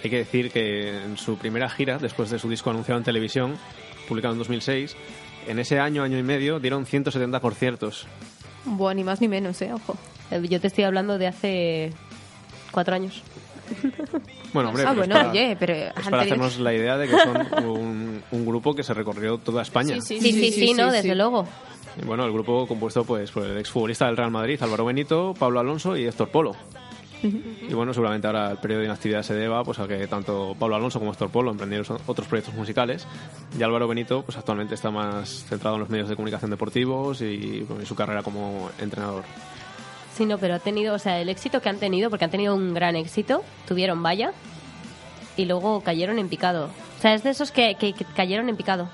Speaker 7: hay que decir que en su primera gira, después de su disco anunciado en televisión, publicado en 2006, en ese año, año y medio, dieron 170 conciertos.
Speaker 6: Buah, ni más ni menos, ¿eh? Ojo.
Speaker 2: Eh, Yo te estoy hablando de hace cuatro años.
Speaker 7: Bueno, hombre,
Speaker 6: ah,
Speaker 7: pero es
Speaker 6: bueno,
Speaker 7: para-
Speaker 6: oye, pero... pues
Speaker 7: es para
Speaker 6: anterior-
Speaker 7: hacernos la idea de que son un, un grupo que se recorrió toda España.
Speaker 5: Sí,
Speaker 2: Sí, sí, sí, ¿no?
Speaker 5: sí,
Speaker 2: Desde
Speaker 5: sí.
Speaker 2: luego.
Speaker 7: Y Bueno, el grupo compuesto pues por el exfutbolista del Real Madrid, Álvaro Benito, Pablo Alonso y Héctor Polo. Y bueno, seguramente ahora el periodo de inactividad se deba pues, a que tanto Pablo Alonso como Héctor Polo emprendieron so- otros proyectos musicales y Álvaro Benito pues actualmente está más centrado en los medios de comunicación deportivos y, bueno, y su carrera como entrenador.
Speaker 2: Sí, no, pero ha tenido, o sea, el éxito que han tenido, porque han tenido un gran éxito, tuvieron vaya y luego cayeron en picado. O sea, es de esos que, que- que cayeron en picado.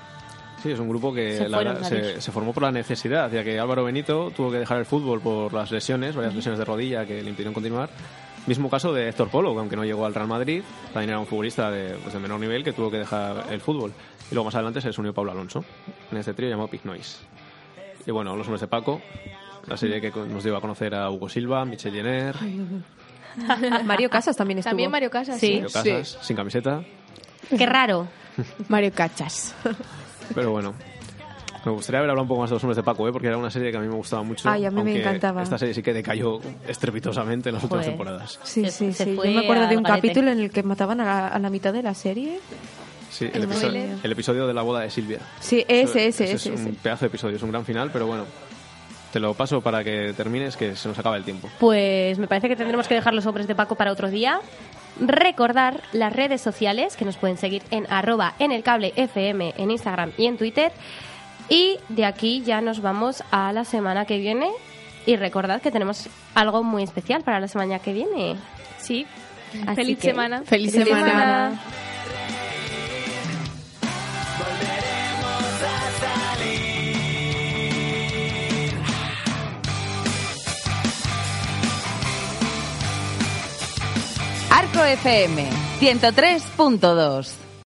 Speaker 7: Sí, es un grupo que
Speaker 2: Se
Speaker 7: la
Speaker 2: fueron,
Speaker 7: verdad,
Speaker 2: ha
Speaker 7: se,
Speaker 2: dicho.
Speaker 7: se formó por la necesidad, ya que Álvaro Benito tuvo que dejar el fútbol por las lesiones, varias lesiones de rodilla que le impidieron continuar. Mismo caso de Héctor Polo, que aunque no llegó al Real Madrid, también era un futbolista de, pues, de menor nivel que tuvo que dejar el fútbol. Y luego más adelante se les unió Pablo Alonso, en este trío llamado Pig Noise. Y bueno, Los Hombres de Paco, la serie que con- nos dio a conocer a Hugo Silva, Michel Jenner,
Speaker 6: Ah, Mario Casas también estuvo.
Speaker 4: También Mario Casas.
Speaker 2: Sí.
Speaker 7: Mario Casas, sin camiseta.
Speaker 2: Qué raro.
Speaker 5: Mario Cachas.
Speaker 7: Pero bueno. Me gustaría haber hablado un poco más de los hombres de Paco, ¿eh? porque era una serie que a mí me gustaba mucho.
Speaker 6: Ay, a mí me
Speaker 7: aunque
Speaker 6: encantaba.
Speaker 7: Esta serie sí que decayó estrepitosamente en las últimas
Speaker 2: Joder.
Speaker 7: temporadas.
Speaker 6: Sí,
Speaker 2: Se-
Speaker 6: sí,
Speaker 2: se
Speaker 6: sí. Yo
Speaker 2: fue
Speaker 6: me acuerdo de
Speaker 2: al
Speaker 6: un
Speaker 2: garete.
Speaker 6: capítulo en el que mataban a la, a la mitad de la serie.
Speaker 7: Sí, el, episodio, el episodio de la boda de Silvia.
Speaker 6: Sí, ese, ese,
Speaker 7: Eso- ese
Speaker 6: ese.
Speaker 7: Es un
Speaker 6: ese.
Speaker 7: pedazo de episodio, es un gran final, pero bueno. Te lo paso para que termines, que se nos acaba el tiempo.
Speaker 2: Pues me parece que tendremos que dejar los hombres de Paco para otro día. Recordar las redes sociales que nos pueden seguir en arroba en el cable FM en Instagram y en Twitter. Y de aquí ya nos vamos a la semana que viene. Y recordad que tenemos algo muy especial para la semana que viene.
Speaker 4: Sí.
Speaker 2: Así
Speaker 4: Feliz
Speaker 2: que-
Speaker 4: semana.
Speaker 5: Feliz semana.
Speaker 1: Arco FM 103.2.